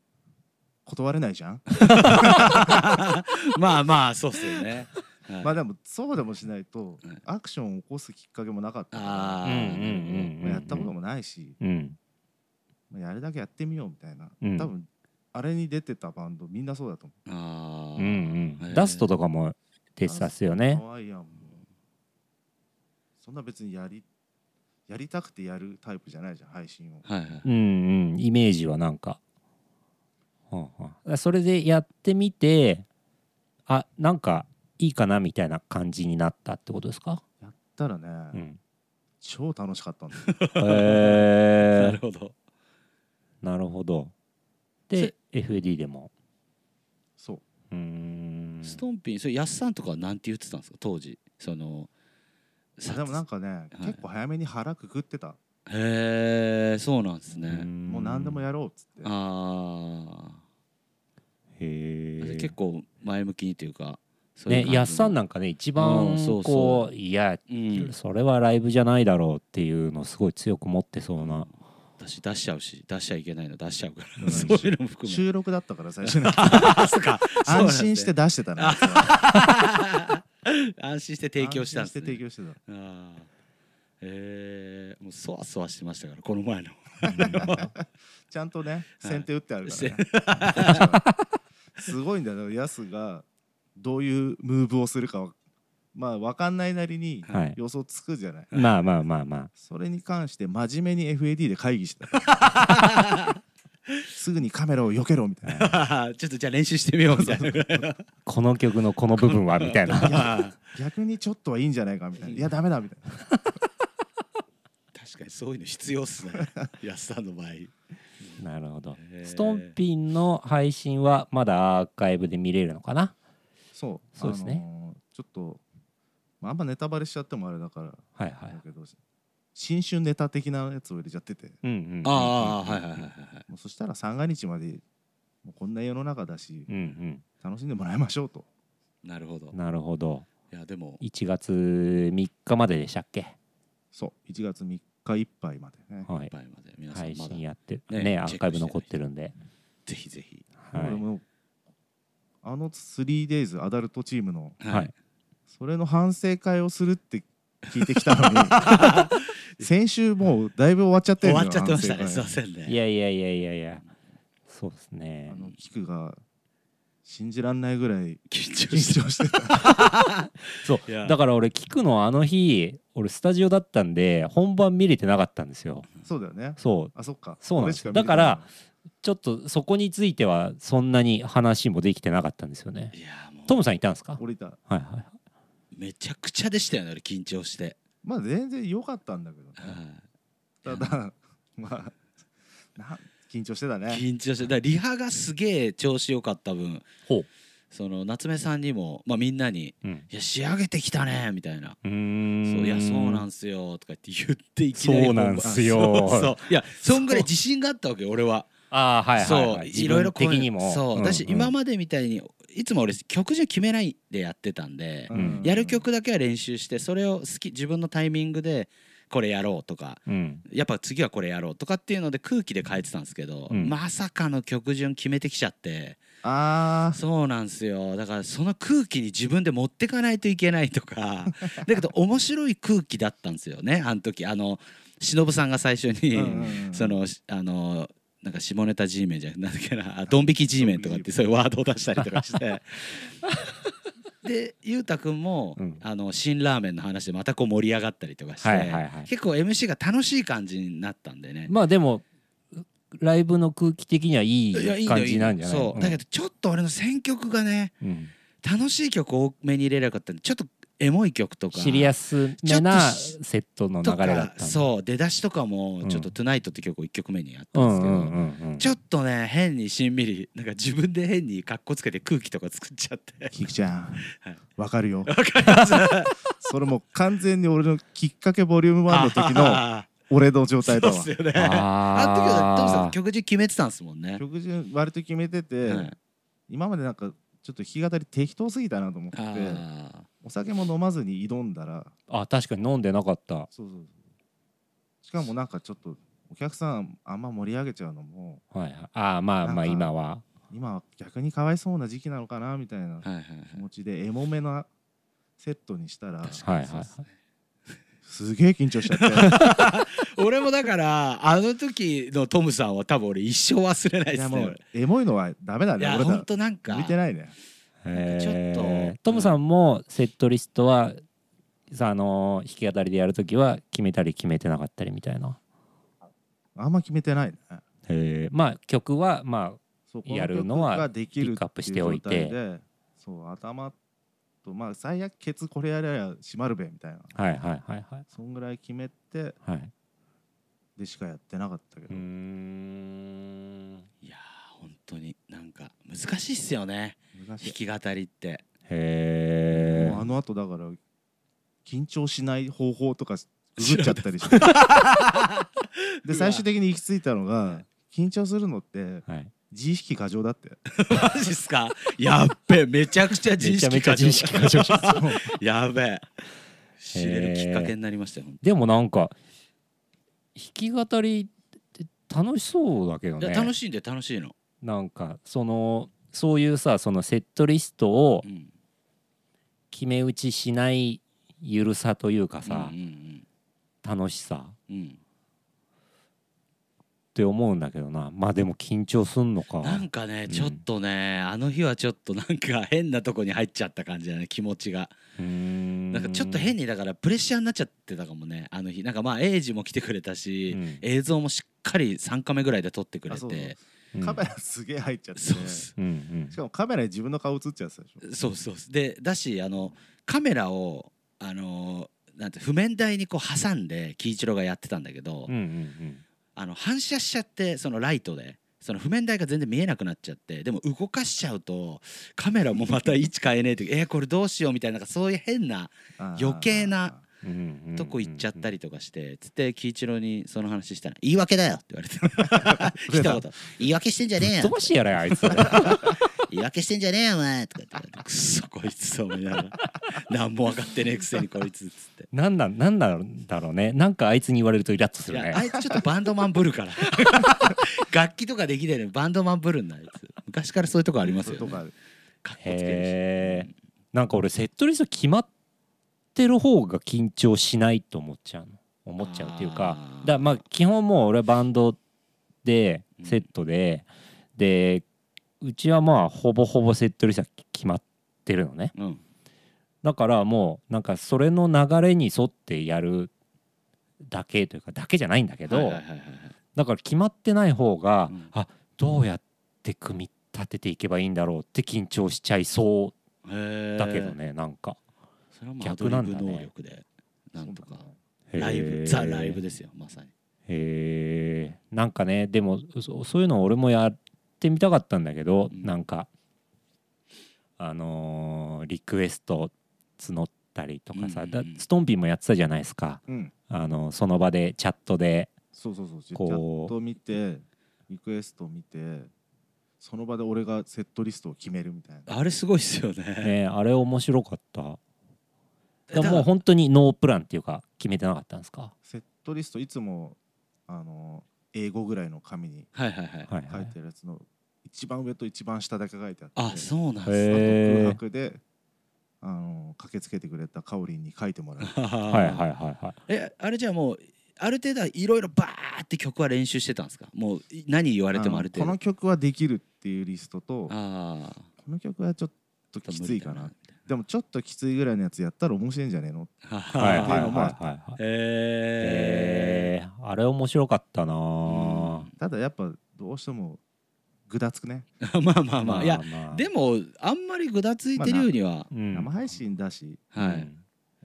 Speaker 3: 断れないじゃん
Speaker 2: まあまあそうです
Speaker 1: (laughs)
Speaker 2: よね。はい
Speaker 3: まあでもそうでもしないと
Speaker 2: はい
Speaker 3: アクションを起こすきっかけもなかったから
Speaker 2: あ
Speaker 1: うんうんうんうん
Speaker 3: まあやったこともないし、
Speaker 1: うん
Speaker 3: まあやるだけやってみようみたいな、
Speaker 1: うん
Speaker 3: 多分あれに出てたバンドみんなそうだと思
Speaker 2: ああ。
Speaker 1: うんう
Speaker 2: へ
Speaker 1: ん
Speaker 2: え
Speaker 1: ダストとかも出てたっすよ
Speaker 3: う
Speaker 1: ね
Speaker 3: ハワイアンもそんな別にやりやりたくてやるタイプじゃないじゃん配信を
Speaker 2: はいはい。
Speaker 1: うんうんイメージはなんか、はあはあそれでやってみてあなんかいいかなみたいな感じになったってことですか、
Speaker 3: やったらね、
Speaker 1: うん、
Speaker 3: 超楽しかったんだよ
Speaker 1: へ
Speaker 2: な
Speaker 1: え
Speaker 2: (laughs) るほど。
Speaker 1: なるほどで FAD でも
Speaker 3: そう
Speaker 1: うーん
Speaker 2: ストンピン、それやっさんとかはなんて言ってたんですか当時その。
Speaker 3: いやでもなんかね、
Speaker 2: い
Speaker 3: 結構早めに腹くくってた、
Speaker 2: へえ、そうなんですね。
Speaker 1: も
Speaker 3: もう何でもやろうっつって
Speaker 2: あ
Speaker 1: へ
Speaker 2: あ。
Speaker 1: え
Speaker 2: 結構前向きにというか。そういう
Speaker 1: ね
Speaker 2: 感じの
Speaker 1: やっさんなんかね一
Speaker 2: う
Speaker 1: 番
Speaker 2: んそうそう
Speaker 1: こういや
Speaker 2: うん。
Speaker 1: それはライブじゃないだろうっていうのをすごい強く持ってそうな
Speaker 2: 私出しちゃうし出しちゃいけないの出しちゃうか
Speaker 3: うん
Speaker 2: らそういうのも含 (laughs) め
Speaker 3: 収録だったから最初に
Speaker 2: あ (laughs) そうかそうなん
Speaker 3: 安
Speaker 2: ですね
Speaker 3: 心して出してたね
Speaker 2: (laughs) 安心して提供したんです、ね、
Speaker 3: 安心して提供してた
Speaker 2: ああえー、もうそわそわしてましたからこの前の (laughs)
Speaker 3: ちゃんとね
Speaker 2: はい
Speaker 3: 先手打ってあるからね (laughs) すごいんだよヤスがどういうムーブをするかはまあ分かんないなりに
Speaker 1: はい
Speaker 3: 予想つくじゃない、
Speaker 1: まあまあまあまあ
Speaker 3: それに関して真面目に FAD で会議してた
Speaker 2: (laughs)
Speaker 3: すぐにカメラを避けろみたいな
Speaker 2: ちょっとじゃあ練習してみようみたいなぐ (laughs) らいの
Speaker 1: この曲のこの部分はみたいな
Speaker 2: ああ
Speaker 3: 逆にちょっとはいいんじゃないかみたいないやダメだみたいな
Speaker 2: (laughs) 確かにそういうの必要っすね安さんの場合
Speaker 1: なるほど
Speaker 2: へー
Speaker 1: ストンピンの配信はまだアーカイブで見れるのかな
Speaker 3: そう
Speaker 1: そうですね
Speaker 3: あのーちょっと、まあ、あんまネタバレしちゃってもあれだから
Speaker 1: はいはい
Speaker 3: だけど新春ネタ的なやつを入れちゃってて
Speaker 1: うんうんうん
Speaker 2: ああはいはいはいはいはい
Speaker 3: もうそしたら三が日までもうこんな世の中だし
Speaker 1: うん
Speaker 3: 楽しんでもらいましょうと
Speaker 2: なるほど
Speaker 1: うんなるほど
Speaker 2: いやでも
Speaker 1: 1月3日まででしたっけ
Speaker 3: そう1月3日いっぱいまでね、
Speaker 1: はい
Speaker 2: いっぱいまで皆さん
Speaker 1: 配
Speaker 2: まだ
Speaker 1: 信やって
Speaker 2: ね
Speaker 1: ねアーカイブ残ってるんで
Speaker 2: ぜひぜひ
Speaker 1: は
Speaker 3: 俺
Speaker 1: い
Speaker 3: もあの 3days アダルトチームの
Speaker 1: はい
Speaker 3: それの反省会をするって聞いてきたのに先週もうだいぶ終わっちゃって
Speaker 2: 終
Speaker 3: るん
Speaker 2: わ
Speaker 3: だ
Speaker 2: っ
Speaker 3: よ
Speaker 2: ちゃってましたね
Speaker 3: 反
Speaker 2: すい
Speaker 3: 省
Speaker 2: ませんね
Speaker 1: いやいやいやいやいやそうです
Speaker 3: 会
Speaker 1: ね
Speaker 3: あのキクが信じらんないぐらい
Speaker 2: 緊
Speaker 3: 緊
Speaker 2: 張して
Speaker 3: 張してた
Speaker 2: (laughs)
Speaker 1: そう
Speaker 2: いや
Speaker 1: だから俺聞くのあの日俺スタジオだったんで本番見れてなかったんですよ
Speaker 3: そうだよね
Speaker 1: そう
Speaker 3: あそっか
Speaker 1: そうなんですよだちょっとそこについてはそんなに話もできてなかったんですよね
Speaker 2: いやも
Speaker 1: トムさんいたんですか
Speaker 3: 降りた
Speaker 1: はいはいはいう
Speaker 2: めちゃくちゃでしたよね俺緊張して
Speaker 3: まあ全然良かったんだけどねただ (laughs) まあな緊張してた
Speaker 2: はい
Speaker 3: ね
Speaker 2: 緊張してだからリハがすげえ調子良かった分
Speaker 1: ほう
Speaker 2: その夏目さんにもまあみんなに
Speaker 1: うん
Speaker 2: 「いや仕上げてきたね」みたいな
Speaker 1: うー
Speaker 2: 「
Speaker 1: ん
Speaker 2: そういやそうなんすよ」とかって言っていきなり
Speaker 1: そうなんすよ
Speaker 2: (laughs) そうそういやそんぐらい自信があったわけ俺は
Speaker 1: ああはいはい、
Speaker 2: そ
Speaker 1: は
Speaker 2: う
Speaker 1: い、
Speaker 2: いろいろこう
Speaker 1: 自分的にも
Speaker 2: そうだし今までみたいにいつも俺曲順決めないでやってたんで
Speaker 1: んうん
Speaker 2: やる曲だけは練習してそれを好き自分のタイミングでこれやろうとか
Speaker 1: うん
Speaker 2: やっぱ次はこれやろうとかっていうので空気で変えてたんですけど、
Speaker 1: うん
Speaker 2: まさかの曲順決めてきちゃって
Speaker 3: あー
Speaker 2: そうなんですよだからその空気に自分で持ってかないといけないと
Speaker 3: (laughs)
Speaker 2: かだけど面白い空気だったんですよねあの時あの忍さんが最初に、
Speaker 3: うんうんうん
Speaker 2: そのしあのなんか下ネタ G メンじゃなくてなんだっけなあドン引き G メンとかってそういうワードを出したりとかして
Speaker 1: (laughs)
Speaker 2: で裕太君も、
Speaker 1: うん
Speaker 2: あの辛ラーメンの話でまたこう盛り上がったりとかして、
Speaker 1: はいはいはい
Speaker 2: 結構 MC が楽しい感じになったんでね。
Speaker 1: まあでもライブの空気的にはい
Speaker 2: いやいい
Speaker 1: い
Speaker 2: の
Speaker 1: 感じなんじゃない
Speaker 2: いいのそうだけどちょっと俺の選曲がね
Speaker 1: うん
Speaker 2: 楽しい曲多めに入れればよかったんでちょっとエモい曲とか
Speaker 1: シリアスめな
Speaker 2: ちょ
Speaker 1: セットの流
Speaker 2: と
Speaker 1: れだっ
Speaker 2: か
Speaker 1: たう
Speaker 2: そう出だしとかも
Speaker 1: うん
Speaker 2: ちょっと「TONIGHT」って曲を1曲目にやった
Speaker 1: うん
Speaker 2: です
Speaker 1: ん
Speaker 2: け
Speaker 1: う
Speaker 2: ど、
Speaker 1: んうんうん
Speaker 2: ちょっとね変にしんみりなんか自分で変にかっこつけて空気とか作っちゃって
Speaker 3: キクちゃん
Speaker 2: はい
Speaker 3: わかるよ
Speaker 2: わかります
Speaker 3: それもう完全に俺のきっかけボリューム1の時
Speaker 2: (laughs)
Speaker 3: の
Speaker 2: あ
Speaker 3: 俺の状
Speaker 2: ーそうで
Speaker 3: 態だわ
Speaker 2: すよねあ
Speaker 1: あ
Speaker 2: の時はトムさん
Speaker 1: ー
Speaker 2: 曲中決めてたんですもんね、
Speaker 3: 曲順割と決めてて、
Speaker 2: はい
Speaker 3: 今までなんかちょっと弾き語り適当すぎたなと思って
Speaker 2: あ
Speaker 3: お酒も飲まずに挑んだら
Speaker 1: あ確かに飲んでなかった
Speaker 3: そうそうそうしかもなんかちょっとお客さんあんま盛り上げちゃうのも
Speaker 1: はいはい、ああまあ
Speaker 3: なん
Speaker 1: ま
Speaker 3: か
Speaker 1: あ今は
Speaker 3: 今は逆にかわいそうな時期なのかなみたいな
Speaker 2: ーはいはい
Speaker 3: 気持ちでエモめなセットにしたら
Speaker 2: 確
Speaker 1: はいはい
Speaker 2: そう
Speaker 1: は
Speaker 2: っ
Speaker 1: い
Speaker 2: すね
Speaker 3: すげえ緊張しち
Speaker 1: (laughs)
Speaker 3: ゃって
Speaker 2: 俺もだからあの時のトムさんは多分俺一生忘れない
Speaker 3: い
Speaker 2: で
Speaker 3: や
Speaker 2: す
Speaker 3: も
Speaker 2: ね
Speaker 3: うエモいのはダメだ
Speaker 2: い
Speaker 3: ね
Speaker 2: や
Speaker 3: 俺
Speaker 2: 本
Speaker 3: ら
Speaker 2: 当なんか
Speaker 3: 向いてないね
Speaker 2: なんかちょっと
Speaker 1: え
Speaker 2: うん
Speaker 1: ートムさんもセットリストはさあのー弾き語りでやるときは決めたり決めてなかったりみたいな
Speaker 3: あんま決めてないね
Speaker 1: えーまあ曲はま
Speaker 3: そう
Speaker 1: やるのは
Speaker 3: こ曲ができる
Speaker 1: ピックアップしておいて
Speaker 3: ってう状態でそう頭とまあ最悪ケツこれやりゃ閉まるべみたいな
Speaker 1: あはいはいはいはい
Speaker 3: そんぐらい決めて
Speaker 1: はい
Speaker 3: でしかやってなかったけ
Speaker 1: う
Speaker 3: ど、
Speaker 1: ーん
Speaker 2: いやー本当になんか難しいっすよね
Speaker 3: 難し
Speaker 2: 弾
Speaker 3: い、
Speaker 2: き語りって (laughs)
Speaker 1: へえ
Speaker 3: もうあのあとだから緊張しない方法とかググっちゃったりしてで最終的に行き着いたのが緊張するのって
Speaker 1: はい、
Speaker 3: 自意識過剰だって
Speaker 2: マジっすかやっべめちゃくちゃ人
Speaker 1: めちゃめ
Speaker 2: 識
Speaker 1: ちゃ
Speaker 2: 過剰
Speaker 1: 自意識過剰
Speaker 2: (laughs) やべえ知れるきっかけになりましたよ、
Speaker 1: でもなんか弾き語りって楽しそうだけど
Speaker 2: いや
Speaker 1: ね
Speaker 2: 楽しいんで楽しいの、
Speaker 1: なんかそのそういうさそのセットリストを
Speaker 2: うん、
Speaker 1: 決め打ちしないゆるさというかさ、
Speaker 2: うんうん
Speaker 1: 楽しさっ
Speaker 2: うん
Speaker 1: て思うんだけどなまあでも緊張すんのか
Speaker 2: うん、なんかね、
Speaker 1: ん
Speaker 2: ちょっとねあの日はちょっとなんか変なとこに入っちゃった感じだね気持ちが
Speaker 1: うーん
Speaker 2: なんかちょっと変にだからプレッシャーになっちゃってたかもねあの日なんかまあエイジも来てくれたし、
Speaker 1: うん
Speaker 2: 映像もしっかり3カメぐらいで撮ってくれ
Speaker 3: あ
Speaker 2: て
Speaker 3: そ
Speaker 2: そうう
Speaker 1: うん
Speaker 3: カメラすげえ入っちゃって、
Speaker 2: そうっ
Speaker 3: し
Speaker 2: す
Speaker 1: うんうん
Speaker 3: かもカメラに自分の顔映っちゃってたでし
Speaker 2: そ
Speaker 3: ょ
Speaker 2: うそうっすでだしあのカメラをあのーなんて譜面台にこう挟んで喜一郎がやってたんだけど、
Speaker 1: うんうん
Speaker 2: あの反射しちゃってそのライトでその譜面台が全然見えなくなっちゃってでも動かしちゃうとカメラもまた位置変えねえとえーこれどうしようみたいななんかそういう変な
Speaker 3: あー
Speaker 2: 余計な
Speaker 1: うんうん
Speaker 2: とこ行っちゃったりとかしてつって喜一郎にその話したら「言い訳だよ」って言われて一言「言い訳してんじゃねえ
Speaker 1: ど
Speaker 2: よ
Speaker 1: うしやらあいつ
Speaker 2: 言い訳してんじゃねえよお前」とか言って「くっそこいつ」と思いながら「何も分かってねえくせにこいつ」っつって。
Speaker 1: なんなんなんなんだろうねなんかあいつに言われるとイラッとす
Speaker 2: い
Speaker 1: る
Speaker 2: やあ
Speaker 1: ね
Speaker 2: いつちょっとバンドマンぶるから楽器とかできないのにバンドマンぶるんだあいつ昔からそういうとこありますよ、ね、
Speaker 3: とか
Speaker 2: かっこつけるし
Speaker 1: へえなんか俺セットリスト決まってる方が緊張しないと思っちゃうの思っちゃうっていうか
Speaker 2: あー
Speaker 1: だまあ基本もう俺はバンドでセットで、でうちはまあほぼほぼセットリストは決まってるのね
Speaker 2: うん
Speaker 1: だからもうなんかそれの流れに沿ってやるだけというかだけじゃないんだけど、
Speaker 2: はいはいはいはい
Speaker 1: だから決まってない方が、
Speaker 2: うん
Speaker 1: あどうやって組み立てていけばいいんだろうって緊張しちゃいそう
Speaker 2: へえ
Speaker 1: だけどね、なんか
Speaker 2: それはもうアド
Speaker 1: 逆
Speaker 2: リ
Speaker 1: なんだ
Speaker 2: ブ
Speaker 1: ね
Speaker 2: 能力でなんとか、
Speaker 1: へー
Speaker 2: ライブザライブですよまさに
Speaker 1: へえんかねでもそそういうの俺もやってみたかったんだけど、
Speaker 2: うん
Speaker 1: なんかあのーリクエスト募ったりとかさ、
Speaker 2: うんうんう
Speaker 1: だ
Speaker 2: ん
Speaker 1: ストンピーもやってたじゃないですか、
Speaker 3: うん
Speaker 1: あのその場でチャットで
Speaker 3: そうそうそうチャ
Speaker 1: こう
Speaker 3: ット見てリクエスト見てその場で俺がセットリストを決めるみたいな
Speaker 2: あれすごいっすよね
Speaker 1: ね、あれ面白かった。で
Speaker 2: だから
Speaker 1: もう本当にノープランっていうか決めてなかったんですか。
Speaker 3: セットリストいつもあの英語ぐらいの紙に
Speaker 2: はいはいは
Speaker 1: は
Speaker 2: い、
Speaker 1: い
Speaker 3: 書
Speaker 1: はいい
Speaker 3: て。るやつの一番上と一番下だけ書いてあって
Speaker 2: あそうなん
Speaker 1: へ
Speaker 2: で
Speaker 1: ー
Speaker 2: す
Speaker 3: 空白であの駆けつけてくれたかおりんに書いてもらう
Speaker 1: はいはいはいはい。
Speaker 2: えあれじゃあもうある程度はいろいろバーって曲は練習してたんですかもうい何言われてもある程
Speaker 3: あのこ
Speaker 2: 度
Speaker 3: の曲はできるっていうリストとこ
Speaker 2: ああ
Speaker 3: の曲はちょっときついかな
Speaker 2: み
Speaker 3: でもちょっときついぐらいのやつやったら面白いんじゃねえの
Speaker 2: たいな
Speaker 1: はいはいはい
Speaker 3: でもま
Speaker 1: はい。
Speaker 2: へえ
Speaker 1: ええー、あれ面白かったなぁ。
Speaker 3: ただやっぱどうしてもぐだつくね
Speaker 2: (laughs) まあまあまあいやで
Speaker 1: も、
Speaker 2: もあんまりぐだついてるようには
Speaker 1: うん
Speaker 3: 生配信だし
Speaker 1: うん
Speaker 2: はい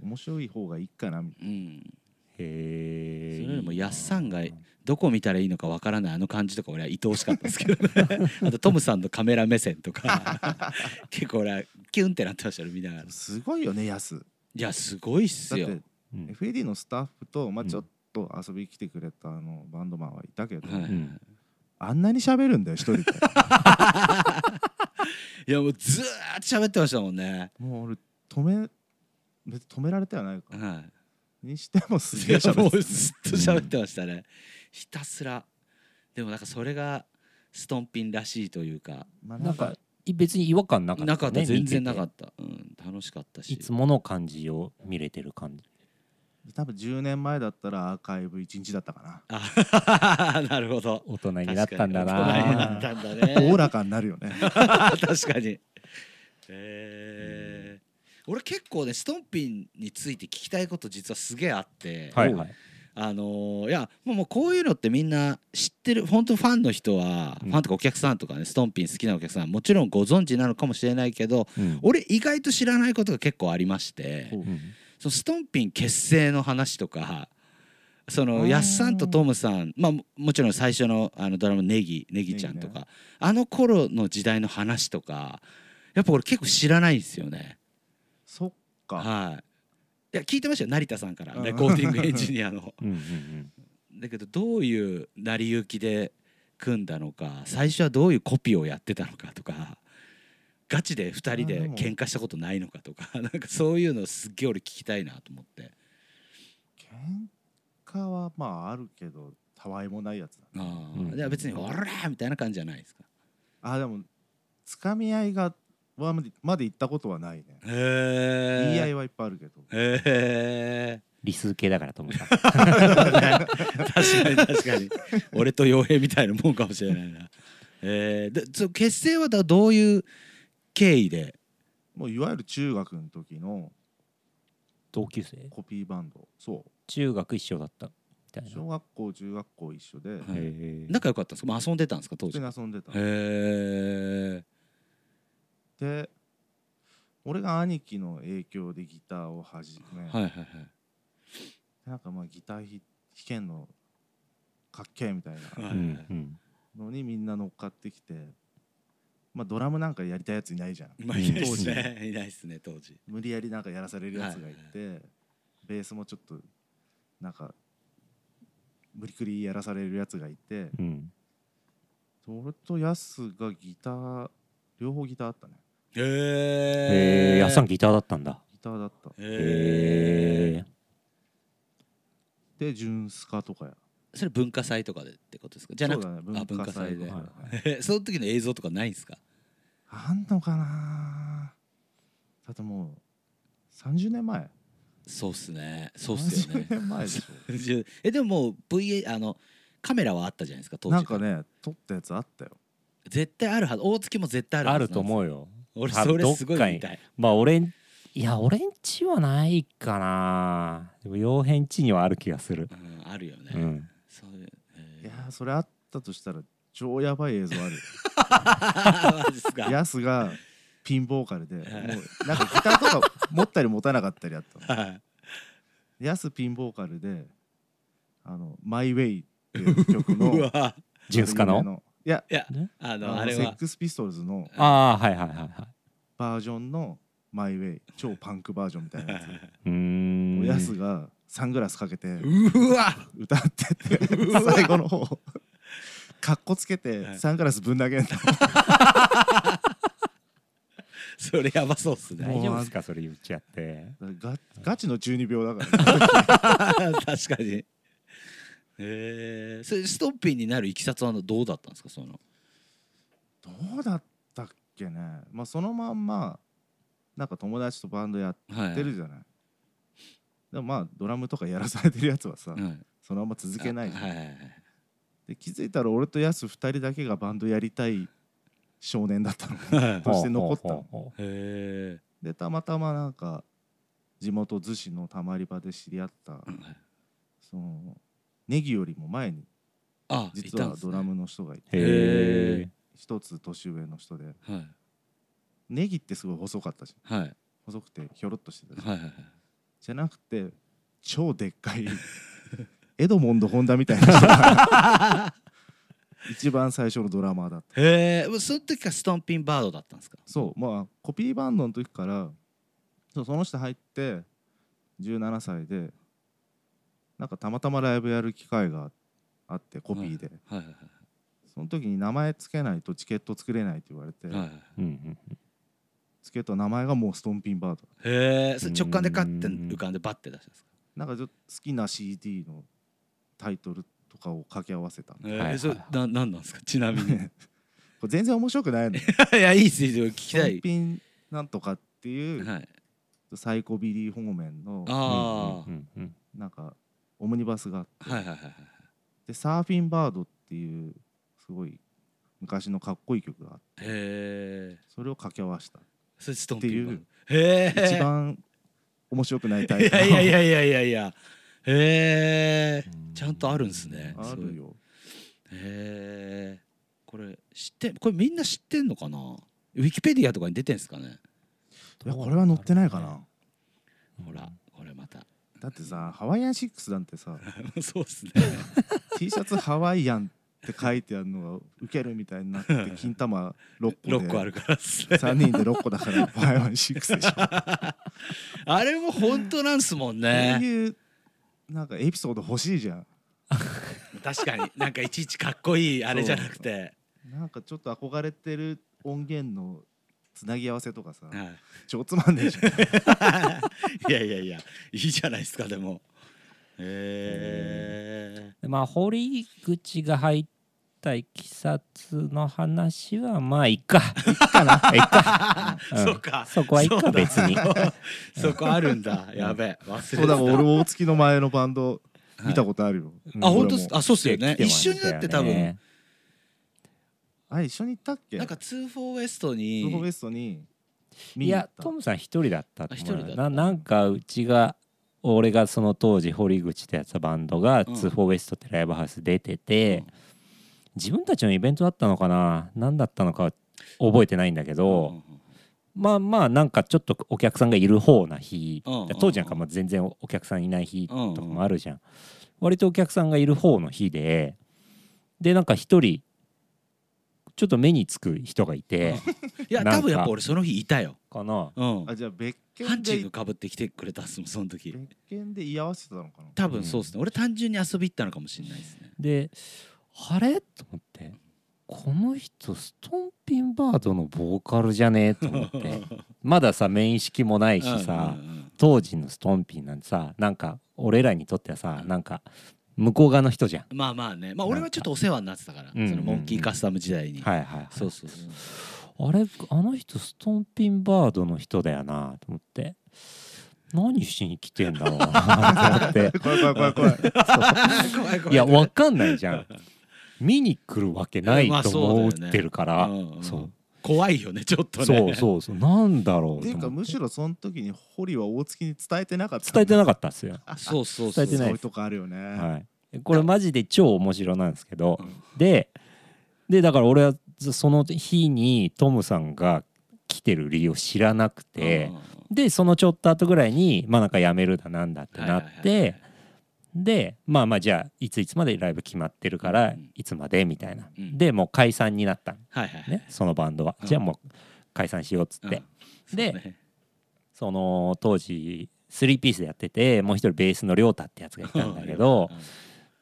Speaker 3: 面白い方がいいかなみ
Speaker 2: うん
Speaker 1: へえ。
Speaker 2: それよりもやっさんが
Speaker 1: いい
Speaker 2: どこ見たらいいのかわからないあの感じとか俺は愛おしかったですけどねあとトムさんのカメラ目線とか結構俺はキュンってなってましたよ見ながら
Speaker 3: たいなすごいよねやす
Speaker 2: いやすごいっ
Speaker 3: だ
Speaker 2: す
Speaker 3: っ
Speaker 2: よ
Speaker 3: て
Speaker 1: なうん
Speaker 3: FAD のスタッフと、まあ、
Speaker 1: うん
Speaker 3: ちょっと遊びに来てくれたあのバンドマンはいたけど、
Speaker 2: はい
Speaker 1: うん
Speaker 3: あんなに喋るんだよ一人で
Speaker 2: いやもうずーっと喋ってましたもんね
Speaker 3: もう俺止め別に止められてはないから、
Speaker 2: は
Speaker 3: にしてもす
Speaker 2: いい
Speaker 3: げえ
Speaker 2: やも
Speaker 3: 喋っ
Speaker 2: う
Speaker 3: て
Speaker 2: ずっと喋ってましたねひたすらでもなんかそれがストンピンらしいというか
Speaker 3: まあ
Speaker 1: なんかい別に違和感なかった、ね。
Speaker 2: なかった全然なか
Speaker 1: っ
Speaker 2: ったうん楽しかった
Speaker 1: い
Speaker 2: し
Speaker 1: つもの感じを見れてる感じ。
Speaker 3: 多分10年前だったらアーカイブ1日だったかな
Speaker 2: あなるほど
Speaker 1: 大人になったんだ
Speaker 2: 確かに大人にな
Speaker 1: な
Speaker 2: っ
Speaker 1: ぁ。
Speaker 2: たんだ (laughs)
Speaker 3: おお
Speaker 2: ね
Speaker 3: らかになるよね
Speaker 2: (laughs) 確かにえー俺結構ねストンピンについて聞きたいこと実はすげえあって、
Speaker 1: はいはい。
Speaker 2: あのーいやもうもうこういうのってみんな知ってる本当ファンの人は、
Speaker 1: うん
Speaker 2: ファンとかお客さんとかねストンピン好きなお客さんもちろんご存知なのかもしれないけど
Speaker 1: うん
Speaker 2: 俺意外と知らないことが結構ありまして
Speaker 3: ほ
Speaker 1: うん
Speaker 2: そのストンピン結成の話とかそ
Speaker 1: あー
Speaker 2: のやっさんとトムさん、まあ、ももちろん最初のあのドラマネギネギちゃんとか、あの頃の時代の話とかやっぱ俺結構知らないんですよね。
Speaker 3: そっか、
Speaker 2: はいいや聞いてましたよ成田さんから
Speaker 3: うん
Speaker 2: レコーディングエンジニアの。 (laughs)
Speaker 1: うんうんうん。
Speaker 2: だけどどういう成り行きで組んだのか最初はどういうコピーをやってたのかとかガチで2人
Speaker 3: あーで
Speaker 2: で
Speaker 3: も
Speaker 2: 喧嘩したことないのかとか (laughs) なんかそういうのすっげえ俺聞きたいなと思って
Speaker 3: 喧嘩はまああるけどたわいもないやつだ
Speaker 2: あー、
Speaker 1: うん
Speaker 2: いや別に「オラ!」みたいな感じじゃないですか。
Speaker 3: あでもつかみ合いがはまでまで行ったことはないね
Speaker 2: へ
Speaker 3: 言い合
Speaker 2: え
Speaker 3: いはいっぱいあるけど
Speaker 2: へえ
Speaker 1: 理数系だからと思った。
Speaker 2: (laughs) 確かに確かに俺と傭兵みたいなもんかもしれない (laughs) な。えー、でそう結成はだどういう経緯で
Speaker 3: もういわゆる中学の時の
Speaker 1: 同級生
Speaker 3: コピーバンドそ
Speaker 1: 中学一緒だったみたいうな
Speaker 3: 小学校中学校一緒で、
Speaker 2: い
Speaker 1: へー
Speaker 2: 仲良かったんですか、まあ、遊んでたんですか当
Speaker 3: 普
Speaker 2: 時
Speaker 3: 通。に遊んでた
Speaker 2: へえ。
Speaker 3: で俺が兄貴の影響でギターを始め、
Speaker 2: はいはいはい。
Speaker 3: なんかまあギター弾弾けんのかっけえみたい
Speaker 2: は
Speaker 3: ない
Speaker 1: うんうん
Speaker 3: のにみんな乗っかってきてまあドラムなんかやりたいやついないじゃん
Speaker 2: まあいないですねいないですね当時
Speaker 3: 無理やりなんかやらされるやつがいて、ベースもちょっとなんか無理くりやらされるやつがいて
Speaker 1: うん
Speaker 3: 俺とヤスがギター両方ギターあったね
Speaker 2: へ
Speaker 1: へえ
Speaker 2: え
Speaker 1: やっさんギターだったんだ
Speaker 3: ギターだった
Speaker 2: へ
Speaker 1: へ
Speaker 2: え
Speaker 3: でジュンスカとかや
Speaker 2: それ文化祭とかでってことですかじゃなくて
Speaker 3: そうだね
Speaker 2: あ
Speaker 3: 文化祭
Speaker 2: 文
Speaker 3: と
Speaker 2: 化
Speaker 3: か
Speaker 1: はい
Speaker 3: はい
Speaker 2: 祭で (laughs) その時の映像とかないんですか
Speaker 3: あんのかなだってもう30年前
Speaker 2: そうっすねそうっすよね
Speaker 3: 30年前でしょ
Speaker 2: えでももう VA あのカメラはあったじゃないですか当時
Speaker 3: なんかね撮ったやつあったよ
Speaker 2: 絶対あるはず大月も絶対ある
Speaker 1: あ
Speaker 2: はず
Speaker 1: ると
Speaker 2: う
Speaker 1: 思うよ
Speaker 2: 俺
Speaker 1: 多
Speaker 2: そ
Speaker 1: 分
Speaker 2: れすごい
Speaker 1: どっかに
Speaker 2: 見たい
Speaker 1: まあ俺んいや俺んちはないかなでも傭兵んちにはある気がする
Speaker 2: うんあるよね、
Speaker 1: うん
Speaker 2: そういう
Speaker 3: い
Speaker 2: え
Speaker 3: やーそれあったとしたら超やばい映像あるよ
Speaker 2: (laughs) ー (laughs) マジっすか
Speaker 3: ヤスがピンボーカルで、も
Speaker 2: いう
Speaker 3: なんかギターとか持ったり持たなかったりやったの。
Speaker 2: はい
Speaker 3: ヤスピンボーカルで、あの、マイウェイっていう曲
Speaker 2: (laughs)
Speaker 3: の、
Speaker 2: うわ
Speaker 1: ジュンスカ
Speaker 3: 有名
Speaker 1: の
Speaker 3: いや、
Speaker 2: いや
Speaker 1: ね
Speaker 2: あ
Speaker 3: あ
Speaker 2: の
Speaker 3: の
Speaker 2: あれ
Speaker 3: セッ
Speaker 2: は
Speaker 3: クスピストルズの
Speaker 1: ああはいはいはいは
Speaker 3: バージョンのマイウェイ、超パンクバージョンみたい
Speaker 2: (laughs)
Speaker 3: なやつ。
Speaker 1: いうーん
Speaker 3: ヤスがサングラスかけて
Speaker 2: (laughs) うわ
Speaker 3: 歌ってて、最後の方、かっこつけてサングラスぶん投げる
Speaker 2: それやばそうっすね
Speaker 1: 大丈夫ですかそれ言っちゃ
Speaker 3: (laughs)
Speaker 1: って
Speaker 3: の。ガガチの12秒だから、ね、
Speaker 2: 確かにえー、それストッピーになるいきさつはどうだったんですかその
Speaker 3: どうだったっけねまあそのまんまなんか友達とバンドやっ
Speaker 2: は
Speaker 3: や
Speaker 2: い
Speaker 3: ってるじゃない、でもまあドラムとかやらされてるやつはさ、
Speaker 2: うん
Speaker 3: そのまま続けないじゃん
Speaker 2: はいはいはい
Speaker 3: で気づいたら俺とヤス2人だけがバンドやりたい少年だったの
Speaker 2: はい
Speaker 3: として残ったの
Speaker 1: ほうほうほ
Speaker 2: へえ
Speaker 3: でたまたまなんか地元逗子のたまり場で知り合ったそのネギよりも前に
Speaker 2: あい
Speaker 3: 実
Speaker 2: たん
Speaker 3: は
Speaker 2: です
Speaker 3: ド
Speaker 2: ね
Speaker 3: ラムの人がいて
Speaker 1: うへえ
Speaker 3: 一つ年上の人で
Speaker 2: はい
Speaker 3: ネギってすごい細かったじゃん
Speaker 2: はい
Speaker 3: 細くてひょろっとしてたじゃん
Speaker 2: はいはいはい
Speaker 3: じゃなくて超でっ
Speaker 2: (laughs)
Speaker 3: かいエドモンド・ホンダみたいな人が (laughs) 一番最初のドラマーだった
Speaker 2: へえもうその時からストンピンバードだったんですか
Speaker 3: そうまあコピーバンドの時からそうその人入って17歳でなんかたまたまライブやる機会があってコピーで、
Speaker 2: はいはい
Speaker 3: その時に名前つけないとチケット作れないって言われて、
Speaker 2: はいはい
Speaker 1: うんうん
Speaker 3: チケット名前がもうストンピンバード
Speaker 2: へえそれ直感でカッて
Speaker 1: うん
Speaker 2: 浮かんでバッて出したんですか
Speaker 3: なんかちょっと好きな CD のタイトルとかを掛け合わせた
Speaker 2: (laughs)
Speaker 3: のこ
Speaker 2: え
Speaker 1: はいはいは
Speaker 2: ー
Speaker 1: い
Speaker 2: それななんなんですかちな
Speaker 1: (laughs)
Speaker 2: みにい
Speaker 3: れ全然面白
Speaker 2: (laughs)
Speaker 3: くないのよ
Speaker 2: やいいっすいいっす聞きた
Speaker 3: ストン
Speaker 2: い
Speaker 3: ピンなんとかっていう
Speaker 2: はい
Speaker 3: サイコビリー方面の
Speaker 2: あ
Speaker 1: うんうんうん
Speaker 3: なんかオムニバスがあって
Speaker 2: あはいはいはいはい
Speaker 3: でサーフィンバードっていうすごい昔のかっこいい曲があって
Speaker 2: へえ
Speaker 3: それを掛け合わせた
Speaker 2: それストンピンバー
Speaker 3: っ
Speaker 2: ドへえ
Speaker 3: 一番面白くないタ
Speaker 2: い
Speaker 3: イプの
Speaker 2: や (laughs) いやいやいやいやいやへえちゃんとあるんすね
Speaker 3: あるよ
Speaker 2: へえこれ知ってこれみんな知ってんのかなウィキペディアとかに出てんすかね
Speaker 3: いやこれは載ってないかな
Speaker 2: ほらこれまた
Speaker 3: だってさハワイアンシックスなんてさ
Speaker 2: (laughs) そうっすね
Speaker 3: T シャツハワイアンって書いてあるのがウケるみたいになって金玉6個で
Speaker 2: 6個あるからっすね
Speaker 3: 3人で6個だからハワイアンシックスでしょ
Speaker 2: あれも本当なんすもん
Speaker 3: そう
Speaker 2: ね
Speaker 3: いうなんかエピソード欲しいじゃん
Speaker 2: 確かになんかいちいちかっこいいあれじゃなくて
Speaker 3: なんかちょっと憧れてる音源のつなぎ合わせとかさ
Speaker 2: は
Speaker 3: 超つまんねえじゃ
Speaker 2: (laughs) い
Speaker 3: ん
Speaker 2: いやいやいやいいじゃないですかでもへえ
Speaker 1: でまあ堀口が入ったいきさつの話はまあいい
Speaker 2: (laughs)
Speaker 1: かいいかないいか、うん
Speaker 2: そうか
Speaker 1: そこはいい
Speaker 2: そ
Speaker 1: か
Speaker 2: うだ
Speaker 1: 別に
Speaker 2: そこあるんだやべえ忘れて
Speaker 3: そうだから俺大月の前のバンド見たことあるよ、
Speaker 1: うん
Speaker 2: あ本当っす
Speaker 3: 俺も
Speaker 2: あそうっすよね
Speaker 1: 来て
Speaker 2: 一
Speaker 1: ました
Speaker 2: 緒
Speaker 1: よね
Speaker 2: になって多分
Speaker 3: あれ一緒に行ったっけ
Speaker 2: なんか2 4ウエスト
Speaker 3: ス
Speaker 2: に
Speaker 3: ーパーベストに見
Speaker 1: い
Speaker 3: に行っ
Speaker 1: や
Speaker 3: た
Speaker 1: トムさん一人だったと思う
Speaker 2: あ一人だっ
Speaker 1: な
Speaker 2: た
Speaker 1: なんかうちが俺がその当時堀口ってやつバンドが
Speaker 2: うん
Speaker 1: 2FORWEST ってライブハウス出てて、
Speaker 2: うん
Speaker 1: 自分たちのイベントだったのかな何だったのか覚えてないんだけど、まあまあなんかちょっとお客さんがいる方な日、
Speaker 2: うんうんうん
Speaker 1: 当時なんかまあ全然お客さんいない日とかもあるじゃん、割とお客さんがいる方の日ででなんか一人ちょっと目につく人がいて
Speaker 2: いや
Speaker 1: なんか
Speaker 2: 多分やっぱ俺その日いたよ、
Speaker 1: かな
Speaker 2: うん、
Speaker 3: あじゃあ別
Speaker 2: ハ
Speaker 3: 件
Speaker 2: ンチング
Speaker 3: で
Speaker 2: かぶってきてくれたっすもんその時
Speaker 3: 別件で居合わせてたのかな
Speaker 2: 多分そうですね、俺単純に遊び行ったのかもしれないですね
Speaker 1: であれと思ってこの人ストンピンバードのボーカルじゃねえと思って
Speaker 2: (laughs)
Speaker 1: まださ面識もないしさ
Speaker 2: うんうんうん
Speaker 1: 当時のストンピンなんてさなんか俺らにとってはさなんか向こう側の人じゃん。
Speaker 2: まあまあねまあ俺はちょっとお世話になってたから、
Speaker 1: うんうんうん
Speaker 2: そのモンキーカスタム時代に、
Speaker 1: はいはいはい、
Speaker 2: そう
Speaker 1: (laughs)
Speaker 2: そうそう
Speaker 1: あれあの人ストンピンバードの人だよなと思って何しに来てんだろうなと思って
Speaker 2: (laughs)
Speaker 3: (laughs) 怖い怖い怖い怖い
Speaker 2: 怖い怖
Speaker 1: いやわかんないじゃん見に来るわけない
Speaker 2: まあ
Speaker 1: と
Speaker 2: そうだよ
Speaker 1: 思
Speaker 2: ね
Speaker 1: ってるか
Speaker 2: う
Speaker 1: ら
Speaker 2: んうん
Speaker 1: そう
Speaker 2: 怖いよねちょっとね
Speaker 1: そう (laughs) そうそうなんだろう
Speaker 3: っ
Speaker 1: と
Speaker 3: ていう
Speaker 1: 思
Speaker 3: か
Speaker 1: って
Speaker 3: むしろその時に堀は大月に伝えてなかった
Speaker 1: 伝えて
Speaker 3: な
Speaker 1: なかったんですよ。
Speaker 2: そうそう
Speaker 1: 伝えて
Speaker 3: そ
Speaker 1: ない
Speaker 3: う
Speaker 1: で
Speaker 3: いう
Speaker 1: す
Speaker 3: とこあるよね、
Speaker 1: はい、これマジで超面白なんですけど、
Speaker 2: うん
Speaker 1: ででだから俺はその日にトムさんが来てる理由を知らなくて。
Speaker 2: うんうん
Speaker 1: でそのちょっと後ぐらいにまあなんか辞めるだなんだってなっ
Speaker 2: はいはいはい
Speaker 1: てでまあまあじゃあいついつまでライブ決まってるから
Speaker 2: うん
Speaker 1: いつまでみたいな
Speaker 2: うん
Speaker 1: でもう解散になったん
Speaker 2: はいはいはい
Speaker 1: ねそのバンドは
Speaker 2: うん
Speaker 1: じゃあもう解散しようっつ
Speaker 2: う
Speaker 1: っ
Speaker 2: ん
Speaker 1: て
Speaker 2: そう
Speaker 1: で
Speaker 2: ね
Speaker 1: その当時3ピースでやっててもう一人ベースの亮太ってやつがいたんだけど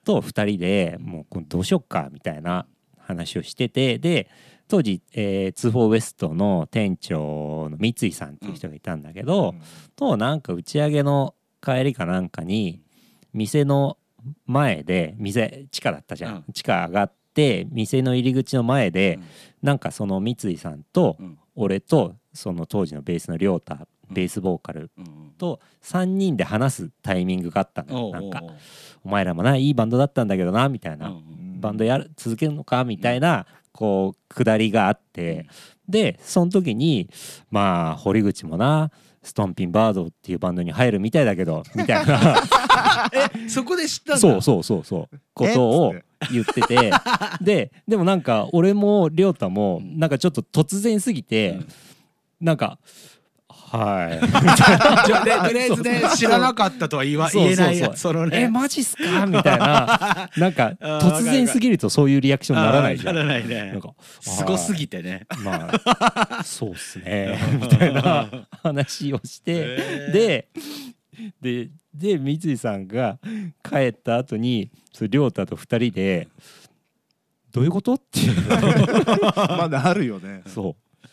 Speaker 1: と2人でもうこれどうしよっかみたいな話をしててで当時、えー、2-4ウエストの店長の三井さんっていう人がいたんだけど、
Speaker 3: うん
Speaker 1: となんか打ち上げの帰りかなんかに店の前で店地下だったじゃん、
Speaker 2: うん
Speaker 1: 地下上がって店の入り口の前で、
Speaker 2: うん
Speaker 1: なんかその三井さんと
Speaker 2: うんうん
Speaker 1: 俺とその当時のベースの亮太
Speaker 2: うん
Speaker 1: ベースボーカル
Speaker 2: うん
Speaker 1: と3人で話すタイミングがあったのよ
Speaker 2: おう
Speaker 1: なんか
Speaker 2: おう
Speaker 1: お前らもないいバンドだったんだけどなみたい
Speaker 2: おうう
Speaker 1: な、
Speaker 2: ん
Speaker 1: バンドやる続けるのかみたいなこう下りがあって、でその時にまあ堀口もなストンピンバードっていうバンドに入るみたいだけどみたいな
Speaker 2: うんそこで知ったんだ (laughs)
Speaker 1: そうそうそうそうことを
Speaker 3: えっつ
Speaker 1: 言っててででもなんか俺も亮太も
Speaker 2: うん
Speaker 1: なんかちょっと突然すぎて、
Speaker 2: うん
Speaker 1: なんか「はい」
Speaker 2: じゃあねとりあえずね知らなかったとは言わ
Speaker 1: そう
Speaker 2: 言
Speaker 1: そうそう
Speaker 2: えないやそのね
Speaker 1: えマジっすか?」みたいななんか
Speaker 2: あー
Speaker 1: 突然すぎるとそういうリアクションにならないじゃ
Speaker 2: あー
Speaker 1: ん。
Speaker 2: ならないね
Speaker 1: なんか
Speaker 2: すごすぎてね
Speaker 1: まあそうっす (laughs) ねみたいな話をして、ででで三井さんが帰った後にそれ亮太と二人で「どういうこと?」っていう (laughs)
Speaker 3: ってまだあるよね
Speaker 1: そう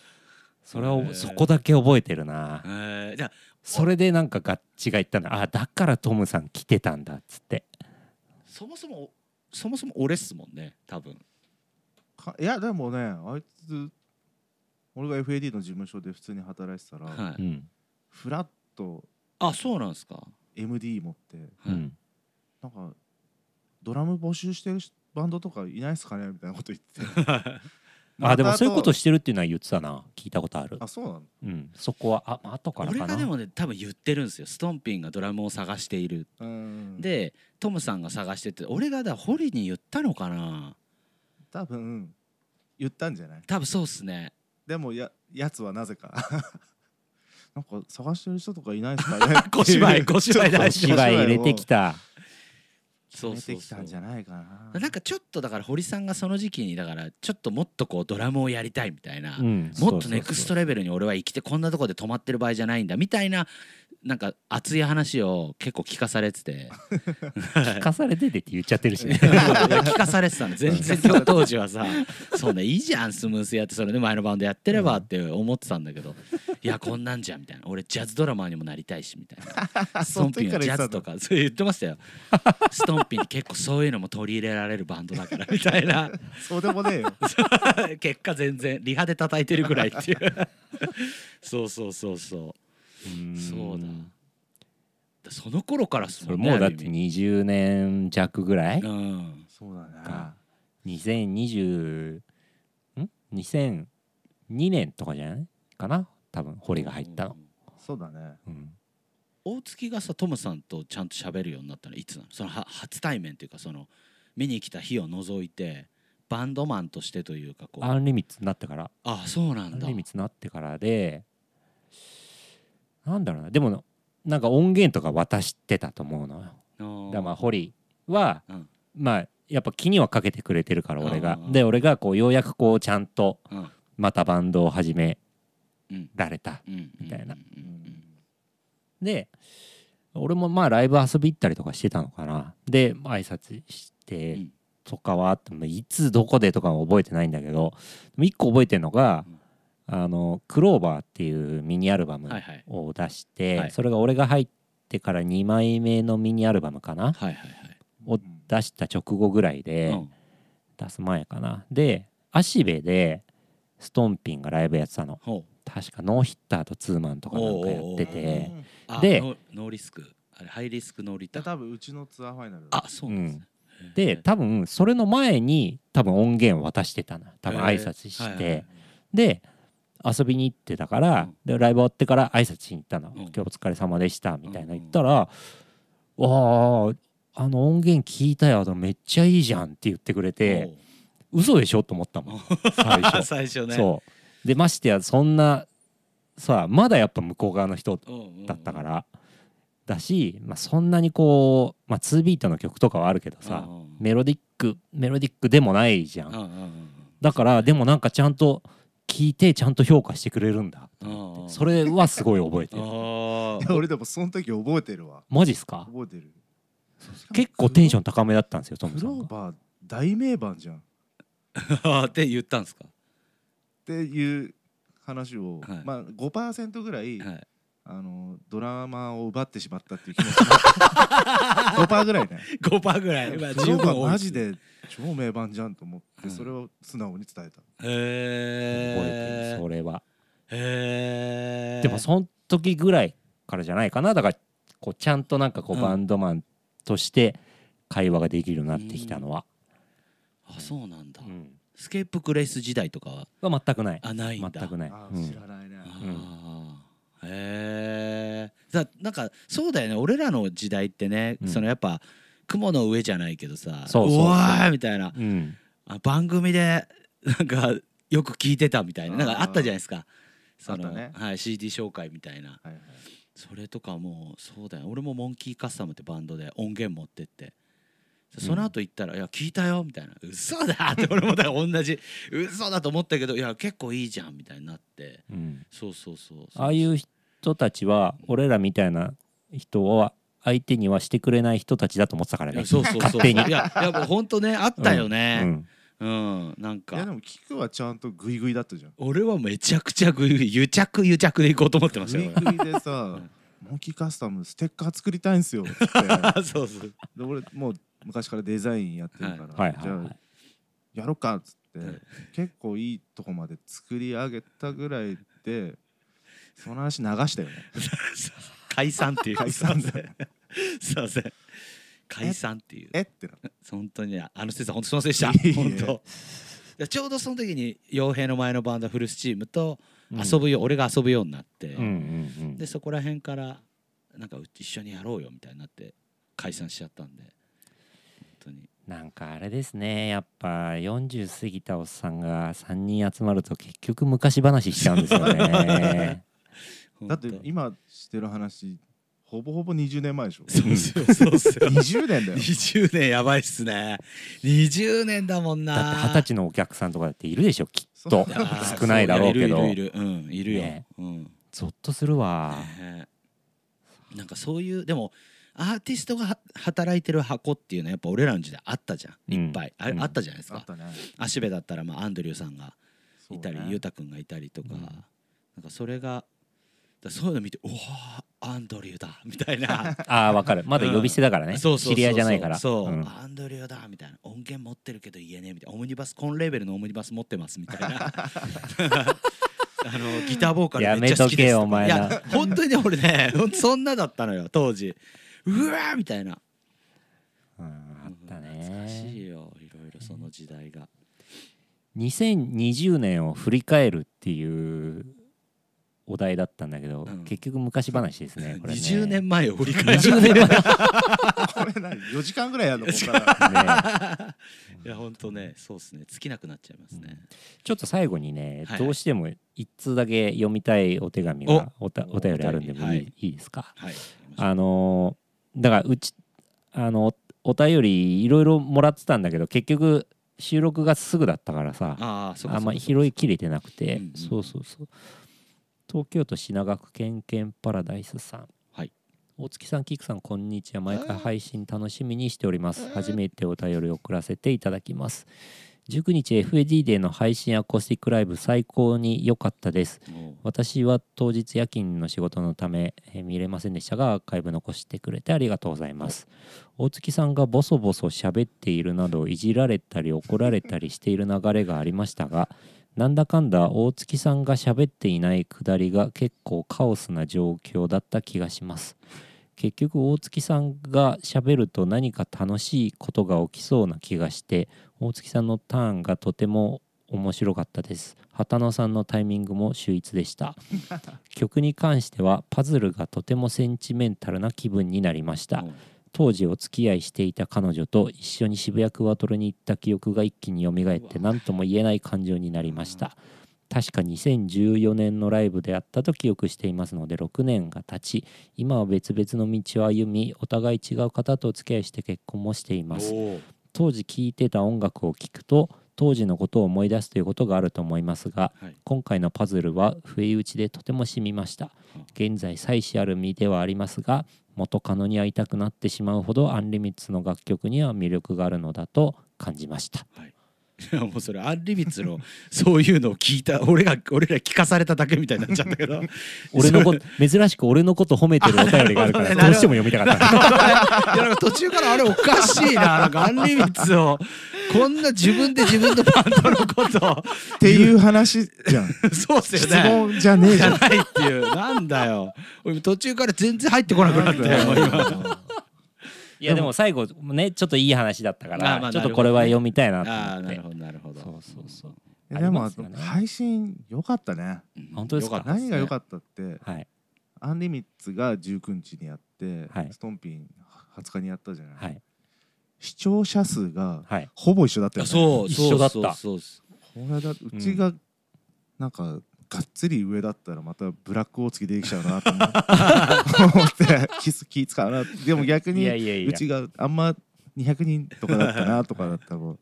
Speaker 1: それ
Speaker 2: へ
Speaker 1: を
Speaker 2: ー
Speaker 1: そこだけ覚えてるな
Speaker 2: えーじゃあ
Speaker 1: それでなんかガッチが言ったんだあだからトムさん来てたんだっつって
Speaker 2: そもそもそもそも俺っすもんね多分
Speaker 3: かいやでもねあいつ俺が FAD の事務所で普通に働いてたら、
Speaker 2: は
Speaker 1: う
Speaker 2: い
Speaker 1: ん
Speaker 3: フラッと
Speaker 2: あそうなんですか
Speaker 3: MD 持って
Speaker 1: う
Speaker 2: はい
Speaker 1: ん
Speaker 3: なんかドラム募集してるバンドとかいないっすかねみたいなこと言ってて
Speaker 1: (laughs) あでもそういうこと
Speaker 3: し
Speaker 1: してるっていうのは言ってたな聞いたことある
Speaker 3: あそうなの
Speaker 1: うんそこはあまあ後から
Speaker 2: 俺
Speaker 1: か
Speaker 2: が
Speaker 1: な
Speaker 2: でもね多分言ってるんですよストンピンがドラムを探している、
Speaker 3: うん
Speaker 2: でトムさんが探してて俺がだホリに言ったのかな
Speaker 3: 多分言ったんじゃない
Speaker 2: 多分そうっすね
Speaker 3: でもややつはなぜか (laughs) なんか探してる人とかいないっすかね
Speaker 2: 小芝
Speaker 1: (laughs)
Speaker 2: 居
Speaker 3: っていう
Speaker 2: 小芝居だ
Speaker 3: ちょっと
Speaker 1: 芝居入れてきた
Speaker 2: そう
Speaker 3: 入れ
Speaker 2: そ
Speaker 3: て
Speaker 2: う
Speaker 3: き
Speaker 2: そ
Speaker 3: たんじゃ
Speaker 2: う
Speaker 3: ないかな
Speaker 2: なんかちょっとだから堀さんがその時期にだからちょっともっとこうドラムをやりたいみたいな、
Speaker 1: うん
Speaker 2: もっとネクスト
Speaker 1: レ
Speaker 2: レベルに俺は生きてこんなとこで止まってる場合じゃないんだみたいななんか熱い話を結構聞かされてて
Speaker 1: 聞かされててって言っちゃってる
Speaker 2: (laughs)
Speaker 1: しね
Speaker 2: 聞かされてたの
Speaker 1: (laughs)
Speaker 2: 全然当時はさ「そうねいいじゃんスムースやってそれで前のバンドやってれば」って思ってたんだけど「いやこんなんじゃん」みたいな「俺ジャズドラマーにもなりたいし」みたい
Speaker 1: (laughs)
Speaker 2: な「ストンピンはジャズとかそう言ってましたよ「ストンピンって結構そういうのも取り入れられるバンドだから」みたいな (laughs)
Speaker 3: そうでもねえよ
Speaker 2: 結果全然リハで叩いてるぐらいっていう
Speaker 1: (laughs)
Speaker 2: そうそうそうそう
Speaker 1: うん
Speaker 2: そうだ。だその頃からっす
Speaker 1: それ
Speaker 2: もんね。
Speaker 1: もうだっ
Speaker 2: あ
Speaker 1: て
Speaker 2: る意味
Speaker 1: 20年弱ぐらい
Speaker 2: うん。
Speaker 3: そうだな
Speaker 1: か2020ん2002年とかじゃないかな多分堀が入ったの、。
Speaker 3: そうだね
Speaker 1: うん
Speaker 2: 大月がさトムさんとちゃんと喋るようになったのいつなの？そのは初対面っていうかその見に来た日を除いてバンドマンとしてというかこう。
Speaker 1: アンリミッツになってから
Speaker 2: あそうな
Speaker 1: ア
Speaker 2: ん
Speaker 1: ン
Speaker 2: だ
Speaker 1: リ。ミッツになってからでなんだろうなでもなんか音源とか渡してたと思うのよ
Speaker 2: あー
Speaker 1: だからまあ堀は、
Speaker 2: うん
Speaker 1: まあやっぱ気にはかけてくれてるから俺
Speaker 2: あ
Speaker 1: が
Speaker 2: ー
Speaker 1: で俺がこうようやくこうちゃんと
Speaker 2: うん
Speaker 1: またバンドを始め
Speaker 2: うん
Speaker 1: られた
Speaker 2: うん
Speaker 1: みたいな
Speaker 2: うんうん
Speaker 1: で俺もまあライブ遊び行ったりとかしてたのかなで挨拶して
Speaker 2: うん
Speaker 1: とかはあってもいつどこでとかは覚えてないんだけどでも一個覚えてるのが
Speaker 2: うん
Speaker 1: 「あのクローバー」っていうミニアルバ
Speaker 2: う
Speaker 1: ム
Speaker 2: んはいはい
Speaker 1: を出し
Speaker 2: はい
Speaker 1: てそれが俺が入ってから2枚目のミニアルバムかな
Speaker 2: はいはいはい
Speaker 1: を出した直後ぐらいで、
Speaker 2: うん
Speaker 1: 出す前かなで芦部でストンピンがライブやってたの
Speaker 2: ほう
Speaker 1: 確かノーヒッターとツーマンとかなんかやって
Speaker 3: う
Speaker 1: て
Speaker 3: ん
Speaker 2: あ
Speaker 1: で
Speaker 2: ノーノーリスクあれハイリスクノーリタ
Speaker 3: で
Speaker 2: ーン
Speaker 3: 多分うちのツアーファイナル
Speaker 2: あそうなんですねへ
Speaker 1: で
Speaker 2: え
Speaker 1: 多分それの前に多分音源を渡してたな多分挨拶して、
Speaker 2: はいはい
Speaker 1: で遊びに行ってたから、
Speaker 2: うん
Speaker 1: でライブ終わってから挨拶しに行ったの、
Speaker 2: ん
Speaker 1: 今日お疲れ様でした」みたいな言ったら「わああの音源聞いたよめっちゃいいじゃん」って言ってくれて嘘でしょと思ったもん最
Speaker 2: おう
Speaker 1: 初。
Speaker 2: (laughs) 最初ね
Speaker 1: そうでましてやそんなさまだやっぱ向こう側の人
Speaker 2: うんうんうん
Speaker 1: だったからだし、まあ、そんなにこう、まあ、2ビートの曲とかはあるけどさ
Speaker 2: うんうん
Speaker 1: メロディックメロディックでもないじゃ
Speaker 2: うん
Speaker 1: ん
Speaker 2: うんうん
Speaker 1: だからでもなんかちゃんと聞いてちゃんと評価してくれるんだと
Speaker 2: うん
Speaker 1: 思
Speaker 2: う
Speaker 1: っ
Speaker 2: ん
Speaker 1: てそれはすごい覚えて
Speaker 2: あ
Speaker 1: る
Speaker 2: ー
Speaker 3: いや俺でもその時覚えてるわ
Speaker 1: マジっすか
Speaker 3: 覚えてる
Speaker 1: 結構テンショ
Speaker 3: ン
Speaker 1: ン高めだったんですよトム
Speaker 3: ク
Speaker 1: さ
Speaker 3: ロ
Speaker 1: ん
Speaker 3: ー
Speaker 1: が
Speaker 3: バー大名盤じゃんっ
Speaker 2: って言ったんですか。
Speaker 3: ていう話を、
Speaker 2: はい
Speaker 3: まあ5%ぐらい、
Speaker 2: はい。
Speaker 3: あのドラマを奪ってしまったっていう気持ち5%ぐらいね
Speaker 2: 五パーぐらい。
Speaker 3: ク
Speaker 2: ま
Speaker 3: ロ
Speaker 2: あ
Speaker 3: ーバーマ
Speaker 2: す
Speaker 3: ジ。で超名盤じゃんと思って
Speaker 2: うん
Speaker 3: それを素直に伝えた、
Speaker 1: 覚えてる
Speaker 2: へえ。
Speaker 1: それは
Speaker 2: へえ。
Speaker 1: でもその時ぐらいからじゃないかなだからこうちゃんとなんかこ
Speaker 2: う
Speaker 1: うんバンドマンとして会話ができるようになってきたのは、
Speaker 2: あ、そうなんだ
Speaker 1: う。ん
Speaker 2: スケープグレイス時代とかは。
Speaker 1: は全くない
Speaker 2: あ、ないんだ。
Speaker 1: 全くない、
Speaker 3: あ
Speaker 1: う
Speaker 3: ー
Speaker 1: ん
Speaker 3: 知らないね、
Speaker 2: あーへえ。だ、なんか、そうだよね。俺らの時代ってね、
Speaker 1: うん
Speaker 2: そのやっぱ。雲の上じゃないけどさ。
Speaker 1: そうそうそう
Speaker 2: わーみたいな。
Speaker 1: うん
Speaker 2: あ番組でなんかよく聞いてたみたいななんかあったじゃないですかそ
Speaker 3: あ
Speaker 2: の、
Speaker 3: ったね
Speaker 2: はい、CD 紹介みたいな
Speaker 3: はいはい
Speaker 2: それとかもうそうだよ俺もモンキーカスタムってバンドで音源持ってってその後行ったら「いや聞いたよ」みたいな「嘘だ!」って (laughs) 俺もだから同じ「嘘だ!」と思ったけど「いや結構いいじゃん」みたいになって
Speaker 1: うん、
Speaker 2: そうそうそう
Speaker 1: ああいう人たちは俺らみたいな人は相手にはしてくれない人たちだと思ってたから
Speaker 2: い
Speaker 1: ね
Speaker 2: やそうそうそう
Speaker 1: 勝手
Speaker 2: い
Speaker 1: に
Speaker 2: やいやもうほんとねあったよねうん、なん
Speaker 3: いやで
Speaker 2: か
Speaker 3: もキクはちゃんとグイグイだったじゃん
Speaker 2: 俺はめちゃくちゃぐいぐい癒着癒着でいこうと思ってました
Speaker 3: グイ
Speaker 2: よ
Speaker 3: グイでさ
Speaker 2: ん
Speaker 3: 「モンキーカスタムステッカー作りたいんすよ」っつって
Speaker 2: 俺そうそう
Speaker 3: で俺もう昔からデザインやってるか
Speaker 1: はい
Speaker 3: ら、
Speaker 1: はい
Speaker 3: じゃ
Speaker 1: は
Speaker 3: あ
Speaker 1: い
Speaker 3: やろうかっつって、
Speaker 2: うん
Speaker 3: 結構いいとこまで作り上げたぐらいでその話流したよね
Speaker 2: 解散っていう
Speaker 3: 解
Speaker 2: (laughs)
Speaker 3: 散
Speaker 2: すいませんすいません解散っていう
Speaker 3: えってな
Speaker 2: 本当にねあの先生本当すいませんでした
Speaker 3: いえいえ
Speaker 2: 本当でちょうどその時に傭兵の前のバンドフルスチームと
Speaker 1: うん
Speaker 2: 遊ぶよ、俺が遊ぶようになって、
Speaker 1: うんうんうん
Speaker 2: でそこら辺からなんかう一緒にやろうよみたいになって解散しちゃったんで本当に
Speaker 1: なんかあれですねやっぱ40過ぎたおっさんが3人集まると結局昔話しちゃうんですよ
Speaker 2: (laughs)
Speaker 1: ね
Speaker 3: だって
Speaker 2: 本当
Speaker 3: 今してる話ほぼほぼ20年前でしょ
Speaker 2: そうっすよそうっすよ
Speaker 3: 20年だよ
Speaker 2: 20年やばいっすね20年だもんな
Speaker 1: だって二十歳のお客さんとかだっているでしょきっと
Speaker 3: そう
Speaker 2: あー
Speaker 1: 少ないだろうけど
Speaker 2: そういるいるいるうんいるよ、
Speaker 1: ね
Speaker 2: うん
Speaker 1: ゾッとするわ
Speaker 2: ねえなんかそういうでもアーティストがは働いてる箱っていうのはやっぱ俺らの時代あったじゃんいっぱい、あれ
Speaker 1: うん
Speaker 2: あったじゃないです
Speaker 3: あ
Speaker 2: か
Speaker 3: ったね
Speaker 2: 芦部だったらまあアンドリューさんがいたり、
Speaker 3: そうね
Speaker 2: ゆうたくんがいたりとか、
Speaker 1: うん
Speaker 2: なんかそれがだそういうの見て「おおアンドリューだ」みたいな
Speaker 1: ああわかるまだ呼び捨てだからね、
Speaker 2: そうそうそうそう
Speaker 1: 知り合いじゃないから
Speaker 2: そう、
Speaker 1: ん
Speaker 2: アンドリューだみたいな音源持ってるけど言えねえみたいなオムニバスコンレーベルのオムニバス持ってますみたい
Speaker 1: (laughs)
Speaker 2: なあのギターボーカルめっちゃ好きです
Speaker 1: やめとけよ
Speaker 2: とか
Speaker 1: お前
Speaker 2: い
Speaker 1: な
Speaker 2: や本当にね俺ねほんとそんなだったのよ当時うわーみたいな
Speaker 1: うんあった
Speaker 2: 懐かし
Speaker 1: ね
Speaker 2: いよいろいろその時代が
Speaker 1: 2020年を振り返るっていうお題だったんだけど、
Speaker 2: うん
Speaker 1: 結局昔話ですねこれね
Speaker 2: 20年前を振り返る
Speaker 1: 20年前
Speaker 3: これ何4時間ぐらいやるのここから
Speaker 1: ね
Speaker 2: (laughs) いやほんとねそうっすね尽きなくなっちゃいますね、
Speaker 1: ちょっと最後にね、
Speaker 2: はい
Speaker 1: どうしても一通だけ読みたいお手紙がおたお便りあるんでもいい,、
Speaker 2: はい
Speaker 1: いいですか
Speaker 2: はい
Speaker 1: あのーだからうちあのお便りいろいろもらってたんだけど結局収録がすぐだったからさ
Speaker 2: ああそうか
Speaker 1: あんまり
Speaker 2: そうか
Speaker 1: 拾いきれてなくて、
Speaker 2: うんうん
Speaker 1: そうそうそう東京都品川区けんけんパラダイスさん、
Speaker 2: はい
Speaker 1: 大月さんキクさんこんにちは毎回配信楽しみにしております初めてお便りを送らせていただきます19日 FAD デーの配信アコースティックライブ最高に良かったです
Speaker 2: おう
Speaker 1: 私は当日夜勤の仕事のためえー見れませんでしたがアーカイブ残してくれてありがとうございます大月さんがボソボソ喋っているなどいじられたり怒られたりしている流れがありましたがなんだかんだ大月さんが喋っていないくだりが結構カオスな状況だった気がします結局大月さんが喋ると何か楽しいことが起きそうな気がして大月さんのターンがとても面白かったです畑野さんのタイミングも秀逸でした曲に関してはパズルがとてもセンチメンタルな気分になりました
Speaker 2: おう
Speaker 1: 当時お付き合いしていた彼女と一緒に渋谷クワトロに行った記憶が一気に蘇って何とも言えない感情になりました確か2014年のライブであったと記憶していますので6年が経ち今は別々の道を歩みお互い違う方とお付き合いして結婚もしています
Speaker 2: おう
Speaker 1: 当時聴いてた音楽を聴くと当時のことを思い出すということがあると思いますが
Speaker 2: はい
Speaker 1: 今回のパズルは不意打ちでとても染みました現在妻子ある身ではありますが元カノに会いたくなってしまうほどアンリミッツの楽曲には魅力があるのだと感じま
Speaker 2: (laughs)
Speaker 1: した
Speaker 2: いやもうそれアンリミッツのそういうのを聞いた俺が俺ら聞かされただけみたいになっちゃったけど
Speaker 1: 俺のこと珍しく俺のこと褒めてるお便りがあるか
Speaker 2: (laughs) あ
Speaker 1: ら
Speaker 2: な
Speaker 1: どう
Speaker 2: る
Speaker 1: し
Speaker 2: ほ
Speaker 1: て
Speaker 2: ど
Speaker 1: も読みたか
Speaker 2: (laughs)
Speaker 1: った
Speaker 2: いやなんか途中からあれおかしいななんかアンリミッツをこんな自分で自分のバンドのことを
Speaker 3: ていう話じゃん
Speaker 2: そうっす
Speaker 3: 質
Speaker 2: よね
Speaker 3: 問じゃねえ
Speaker 2: じ
Speaker 3: じ
Speaker 2: ゃ
Speaker 3: ゃん
Speaker 2: ないっていうなんだよ俺途中から全然入ってこなくなった (laughs) よもう今
Speaker 1: いやでも最後ねちょっといい話だったか
Speaker 2: あま
Speaker 1: ら
Speaker 2: あ
Speaker 1: ちょっとこれは読みたいなと
Speaker 2: ああ
Speaker 1: 思っ
Speaker 2: なる
Speaker 1: て
Speaker 2: ほどなるほど
Speaker 1: そうそうそう
Speaker 3: え
Speaker 1: あ
Speaker 3: で
Speaker 1: り
Speaker 3: も
Speaker 1: ますよね
Speaker 3: 配信良かったね
Speaker 1: 本当ですか
Speaker 3: 何が良か
Speaker 2: っ
Speaker 3: ったって、
Speaker 1: はい
Speaker 3: アンリミッツが19日にやって、
Speaker 1: はい
Speaker 3: ストンピン20日にやったじゃない、
Speaker 1: はい
Speaker 3: 視聴者数が
Speaker 1: はい
Speaker 3: ほぼ一緒だった
Speaker 2: た
Speaker 3: よね
Speaker 2: そう
Speaker 1: 一緒だった
Speaker 2: そうそうそう
Speaker 3: これだうちがなんかがっつり上だったらまたブラック大月出てきちゃうなと思
Speaker 2: (laughs)
Speaker 3: う思って気づ気使うなでも逆
Speaker 1: いや
Speaker 3: に
Speaker 1: いやいや
Speaker 3: うちがあんま200人とかだったなとかだったらもう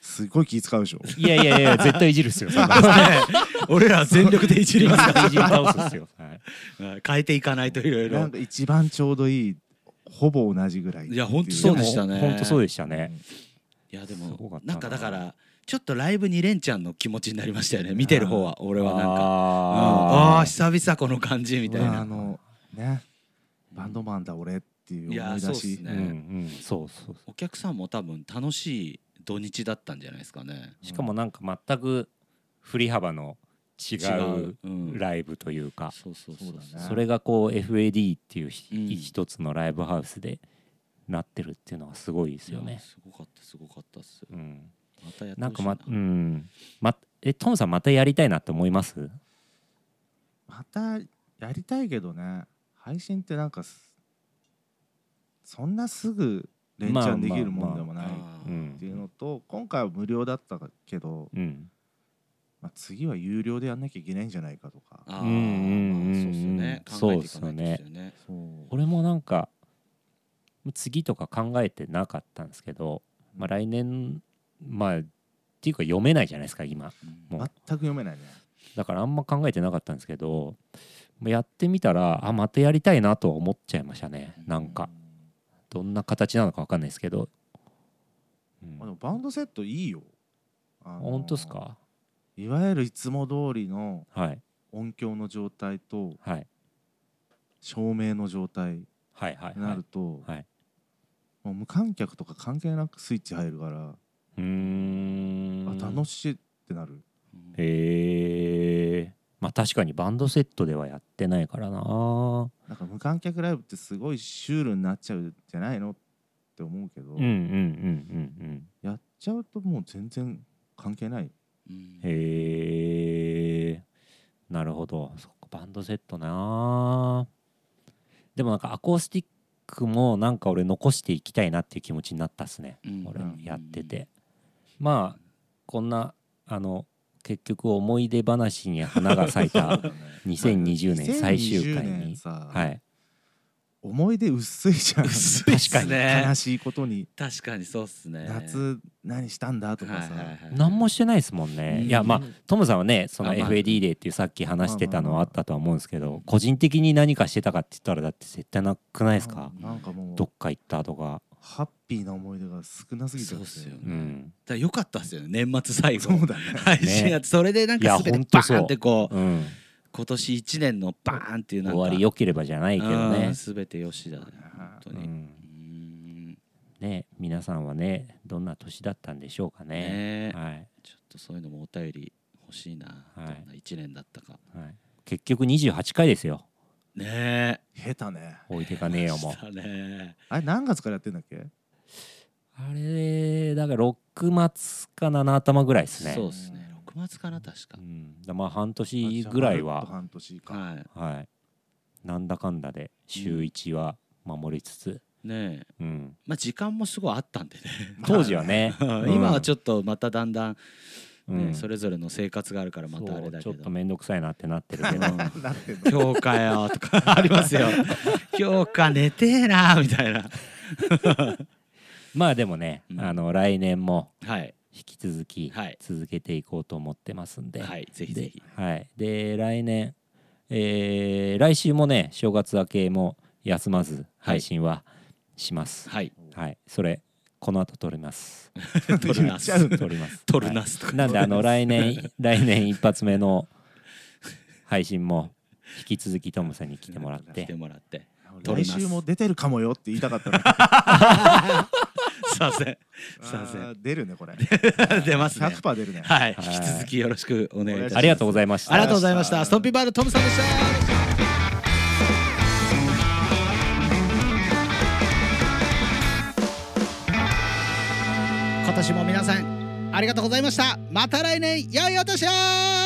Speaker 3: すごい気使うでしょ
Speaker 1: いやいやいや絶対いじるっすよそんな
Speaker 2: 俺らは全力でいじります
Speaker 1: いじり倒すっす (laughs) よはい
Speaker 2: (laughs) うん変えていかないといろい
Speaker 3: なん
Speaker 2: ろ
Speaker 3: か一番ちょうどいいほぼ同じぐらい
Speaker 2: いやほんとそうでしたね
Speaker 1: 本当そうでしたね
Speaker 2: いやです
Speaker 1: ごか
Speaker 2: も
Speaker 1: ったな
Speaker 2: なんかだからちょっとライブ2連チャンの気持ちになりましたよね見てる方は俺はなんかうんああ
Speaker 1: あー
Speaker 2: 久々この感じみたい
Speaker 3: まああ
Speaker 2: な
Speaker 3: のねバンドマンだ俺っていう思い
Speaker 2: いやそう
Speaker 3: 出
Speaker 2: っす
Speaker 3: し
Speaker 2: ね
Speaker 1: うんうんそうそう
Speaker 2: お客さんも多分楽しい土日だったんじゃないですかね
Speaker 1: しかもなんか全く振り幅の違う
Speaker 2: うん
Speaker 1: ライブというか、
Speaker 2: そうそう
Speaker 3: そうだね
Speaker 1: それがこう FAD っていうひ、
Speaker 2: うん
Speaker 1: 一つのライブハウスでなってるっていうのはすごいですよ
Speaker 2: いや
Speaker 1: ね。
Speaker 2: すごかったすごかったっす
Speaker 1: うん、
Speaker 2: またやってほしい
Speaker 1: なんかまうんまえトムさんまたやりたいなって思います？
Speaker 3: またやりたいけどね配信ってなんかすそんなすぐ連チャンできるもんでもないっ
Speaker 2: あ
Speaker 1: う
Speaker 2: ー
Speaker 1: ん
Speaker 3: ていうのと今回は無料だったけど、
Speaker 1: うん
Speaker 3: まあ、次は有料でやんなきゃいけないんじゃないかとか
Speaker 2: あー
Speaker 1: うんうんうん
Speaker 2: まあそうっすよね
Speaker 1: うん
Speaker 2: 考えていかないとですよね
Speaker 3: そう
Speaker 1: 俺もなんか次とか考えてなかったんですけど、まあ来年まあっていうか読めないじゃないですか今。
Speaker 2: うん
Speaker 1: もう
Speaker 3: 全く読めないね
Speaker 1: だからあんま考えてなかったんですけどまあやってみたらあまたやりたいなとは思っちゃいましたねなんかどんな形なのかわかんないですけど、う
Speaker 3: あで
Speaker 1: ん、
Speaker 3: もバウンドセットいいよあのー
Speaker 1: 本当ですか
Speaker 3: いわゆるいつも通りの
Speaker 1: はい
Speaker 3: 音響の状態と
Speaker 1: はい
Speaker 3: 照明の状態に
Speaker 1: はいはいは
Speaker 3: ないると、
Speaker 1: はい
Speaker 3: もう無観客とか関係なくスイッチ入るから、
Speaker 1: うーん
Speaker 3: あ楽しいってなる
Speaker 2: うん
Speaker 1: へえまあ確かにバンドセットではやってないからな
Speaker 3: なんか無観客ライブってすごいシュールになっちゃうんじゃないのって思うけど、
Speaker 1: うんうんうんうん
Speaker 3: やっちゃうともう全然関係ない
Speaker 2: うん
Speaker 1: うんへえなるほどそっかバンドセットなでもなんかアコースティックもなんか俺残していきたいなっていう気持ちになったっすね
Speaker 2: うん
Speaker 1: 俺もやって
Speaker 2: うん
Speaker 1: てまあこんなあの結局思い出話に花が咲いた2020年最終回
Speaker 3: 2020年
Speaker 1: に
Speaker 3: さ、
Speaker 1: はい
Speaker 3: 思い出薄いじゃん
Speaker 2: 薄いっすね
Speaker 3: 悲しいことに
Speaker 2: 確かにそうっすね
Speaker 3: 夏何したんだとか
Speaker 2: はい
Speaker 3: さ、
Speaker 2: はいはい
Speaker 1: 何もしてないですもんね、
Speaker 2: うん
Speaker 1: いやまあトムさんはねその
Speaker 2: あまあ
Speaker 1: FAD デーっていうさっき話してたのはあったとは思うんですけど、個人的に何かしてたかって言ったらだって絶対なくないですか、
Speaker 3: うんなんかもう
Speaker 1: どっか行ったとか、
Speaker 3: ハッピーな思い出が少なすぎちゃって
Speaker 2: そうっすよね
Speaker 1: うん
Speaker 2: だからよかったっすよね年末最後
Speaker 3: そうだね
Speaker 2: 配信やってそれでなん
Speaker 1: い
Speaker 2: か
Speaker 1: や
Speaker 2: すべて
Speaker 1: ほん
Speaker 2: バ
Speaker 1: とそう
Speaker 2: ーンってこう
Speaker 1: うん、
Speaker 2: 今年一年のバーンっていうなん
Speaker 1: 終
Speaker 2: か
Speaker 1: わり良ければじゃないけどね、
Speaker 2: すべてよしだね本当
Speaker 1: う
Speaker 2: に
Speaker 1: ん
Speaker 2: うーんね
Speaker 1: ね皆さんはねどんな年だったんでしょうかね
Speaker 2: え
Speaker 1: はい
Speaker 2: ちょっとそういうのもお便り欲しいなどん
Speaker 1: はい
Speaker 2: な一年だったか
Speaker 1: はい、結局28回ですよ
Speaker 2: ねえ
Speaker 3: 下手ね
Speaker 1: 置いてかねえよもう
Speaker 2: ましたね
Speaker 3: あれ何月からやってんだっけ
Speaker 1: あれだから6末か7頭ぐらいですね
Speaker 2: そうですね6月かな確か
Speaker 1: うん、だまあ半年ぐらい
Speaker 3: あじゃあまる
Speaker 1: は、
Speaker 3: っと半年か、
Speaker 2: は
Speaker 1: はい、なんだかんだで週1は守りつつ、
Speaker 2: いねえ
Speaker 1: うん、
Speaker 2: まあ時間もすごいあったんでね
Speaker 3: まあ
Speaker 1: 当時はねうん
Speaker 2: (laughs) 今はちょっとまただんだんね
Speaker 1: うん
Speaker 2: それぞれの生活があるからまたあれだけ
Speaker 1: そうち
Speaker 2: ど
Speaker 1: ょっと面倒くさいなってなってるけど、
Speaker 2: (laughs) うん
Speaker 3: なってんの
Speaker 2: 今日かよとか (laughs) ありますよ今日か寝てえなみたいな
Speaker 1: まあでもね、
Speaker 2: うん
Speaker 1: あの来年も
Speaker 2: はい
Speaker 1: 引き続き
Speaker 2: はい
Speaker 1: 続けていこうと思ってますんで、
Speaker 2: はいぜひぜひ
Speaker 1: ではい、で来年、えー来週もね正月明けも休まず配信はします、
Speaker 2: はい
Speaker 1: (laughs) はいそれこの後撮ります
Speaker 2: 撮るなす
Speaker 3: 言っち
Speaker 1: (laughs)
Speaker 3: ゃう
Speaker 1: 撮ります
Speaker 2: (laughs) 撮るなすとか
Speaker 1: (laughs) なんであの来
Speaker 2: (laughs)
Speaker 1: 年来年一発目の配信も引き続きトムさんに来てもらっ
Speaker 2: (laughs) 来て
Speaker 1: て
Speaker 2: もらって撮り
Speaker 3: 来
Speaker 2: ます
Speaker 3: 週も出てるかもよって言いたかったのに
Speaker 2: すいませんすいません
Speaker 3: あー出るねこれ
Speaker 2: (laughs) 出ますね
Speaker 3: 100%出るね
Speaker 2: はい
Speaker 1: はい
Speaker 2: 引き続きよろしくお願いいたします
Speaker 1: ありがとうございました
Speaker 2: ありがとうございましたストンピーバードトムさんでした今年も皆さんありがとうございましたまた来年良いお年を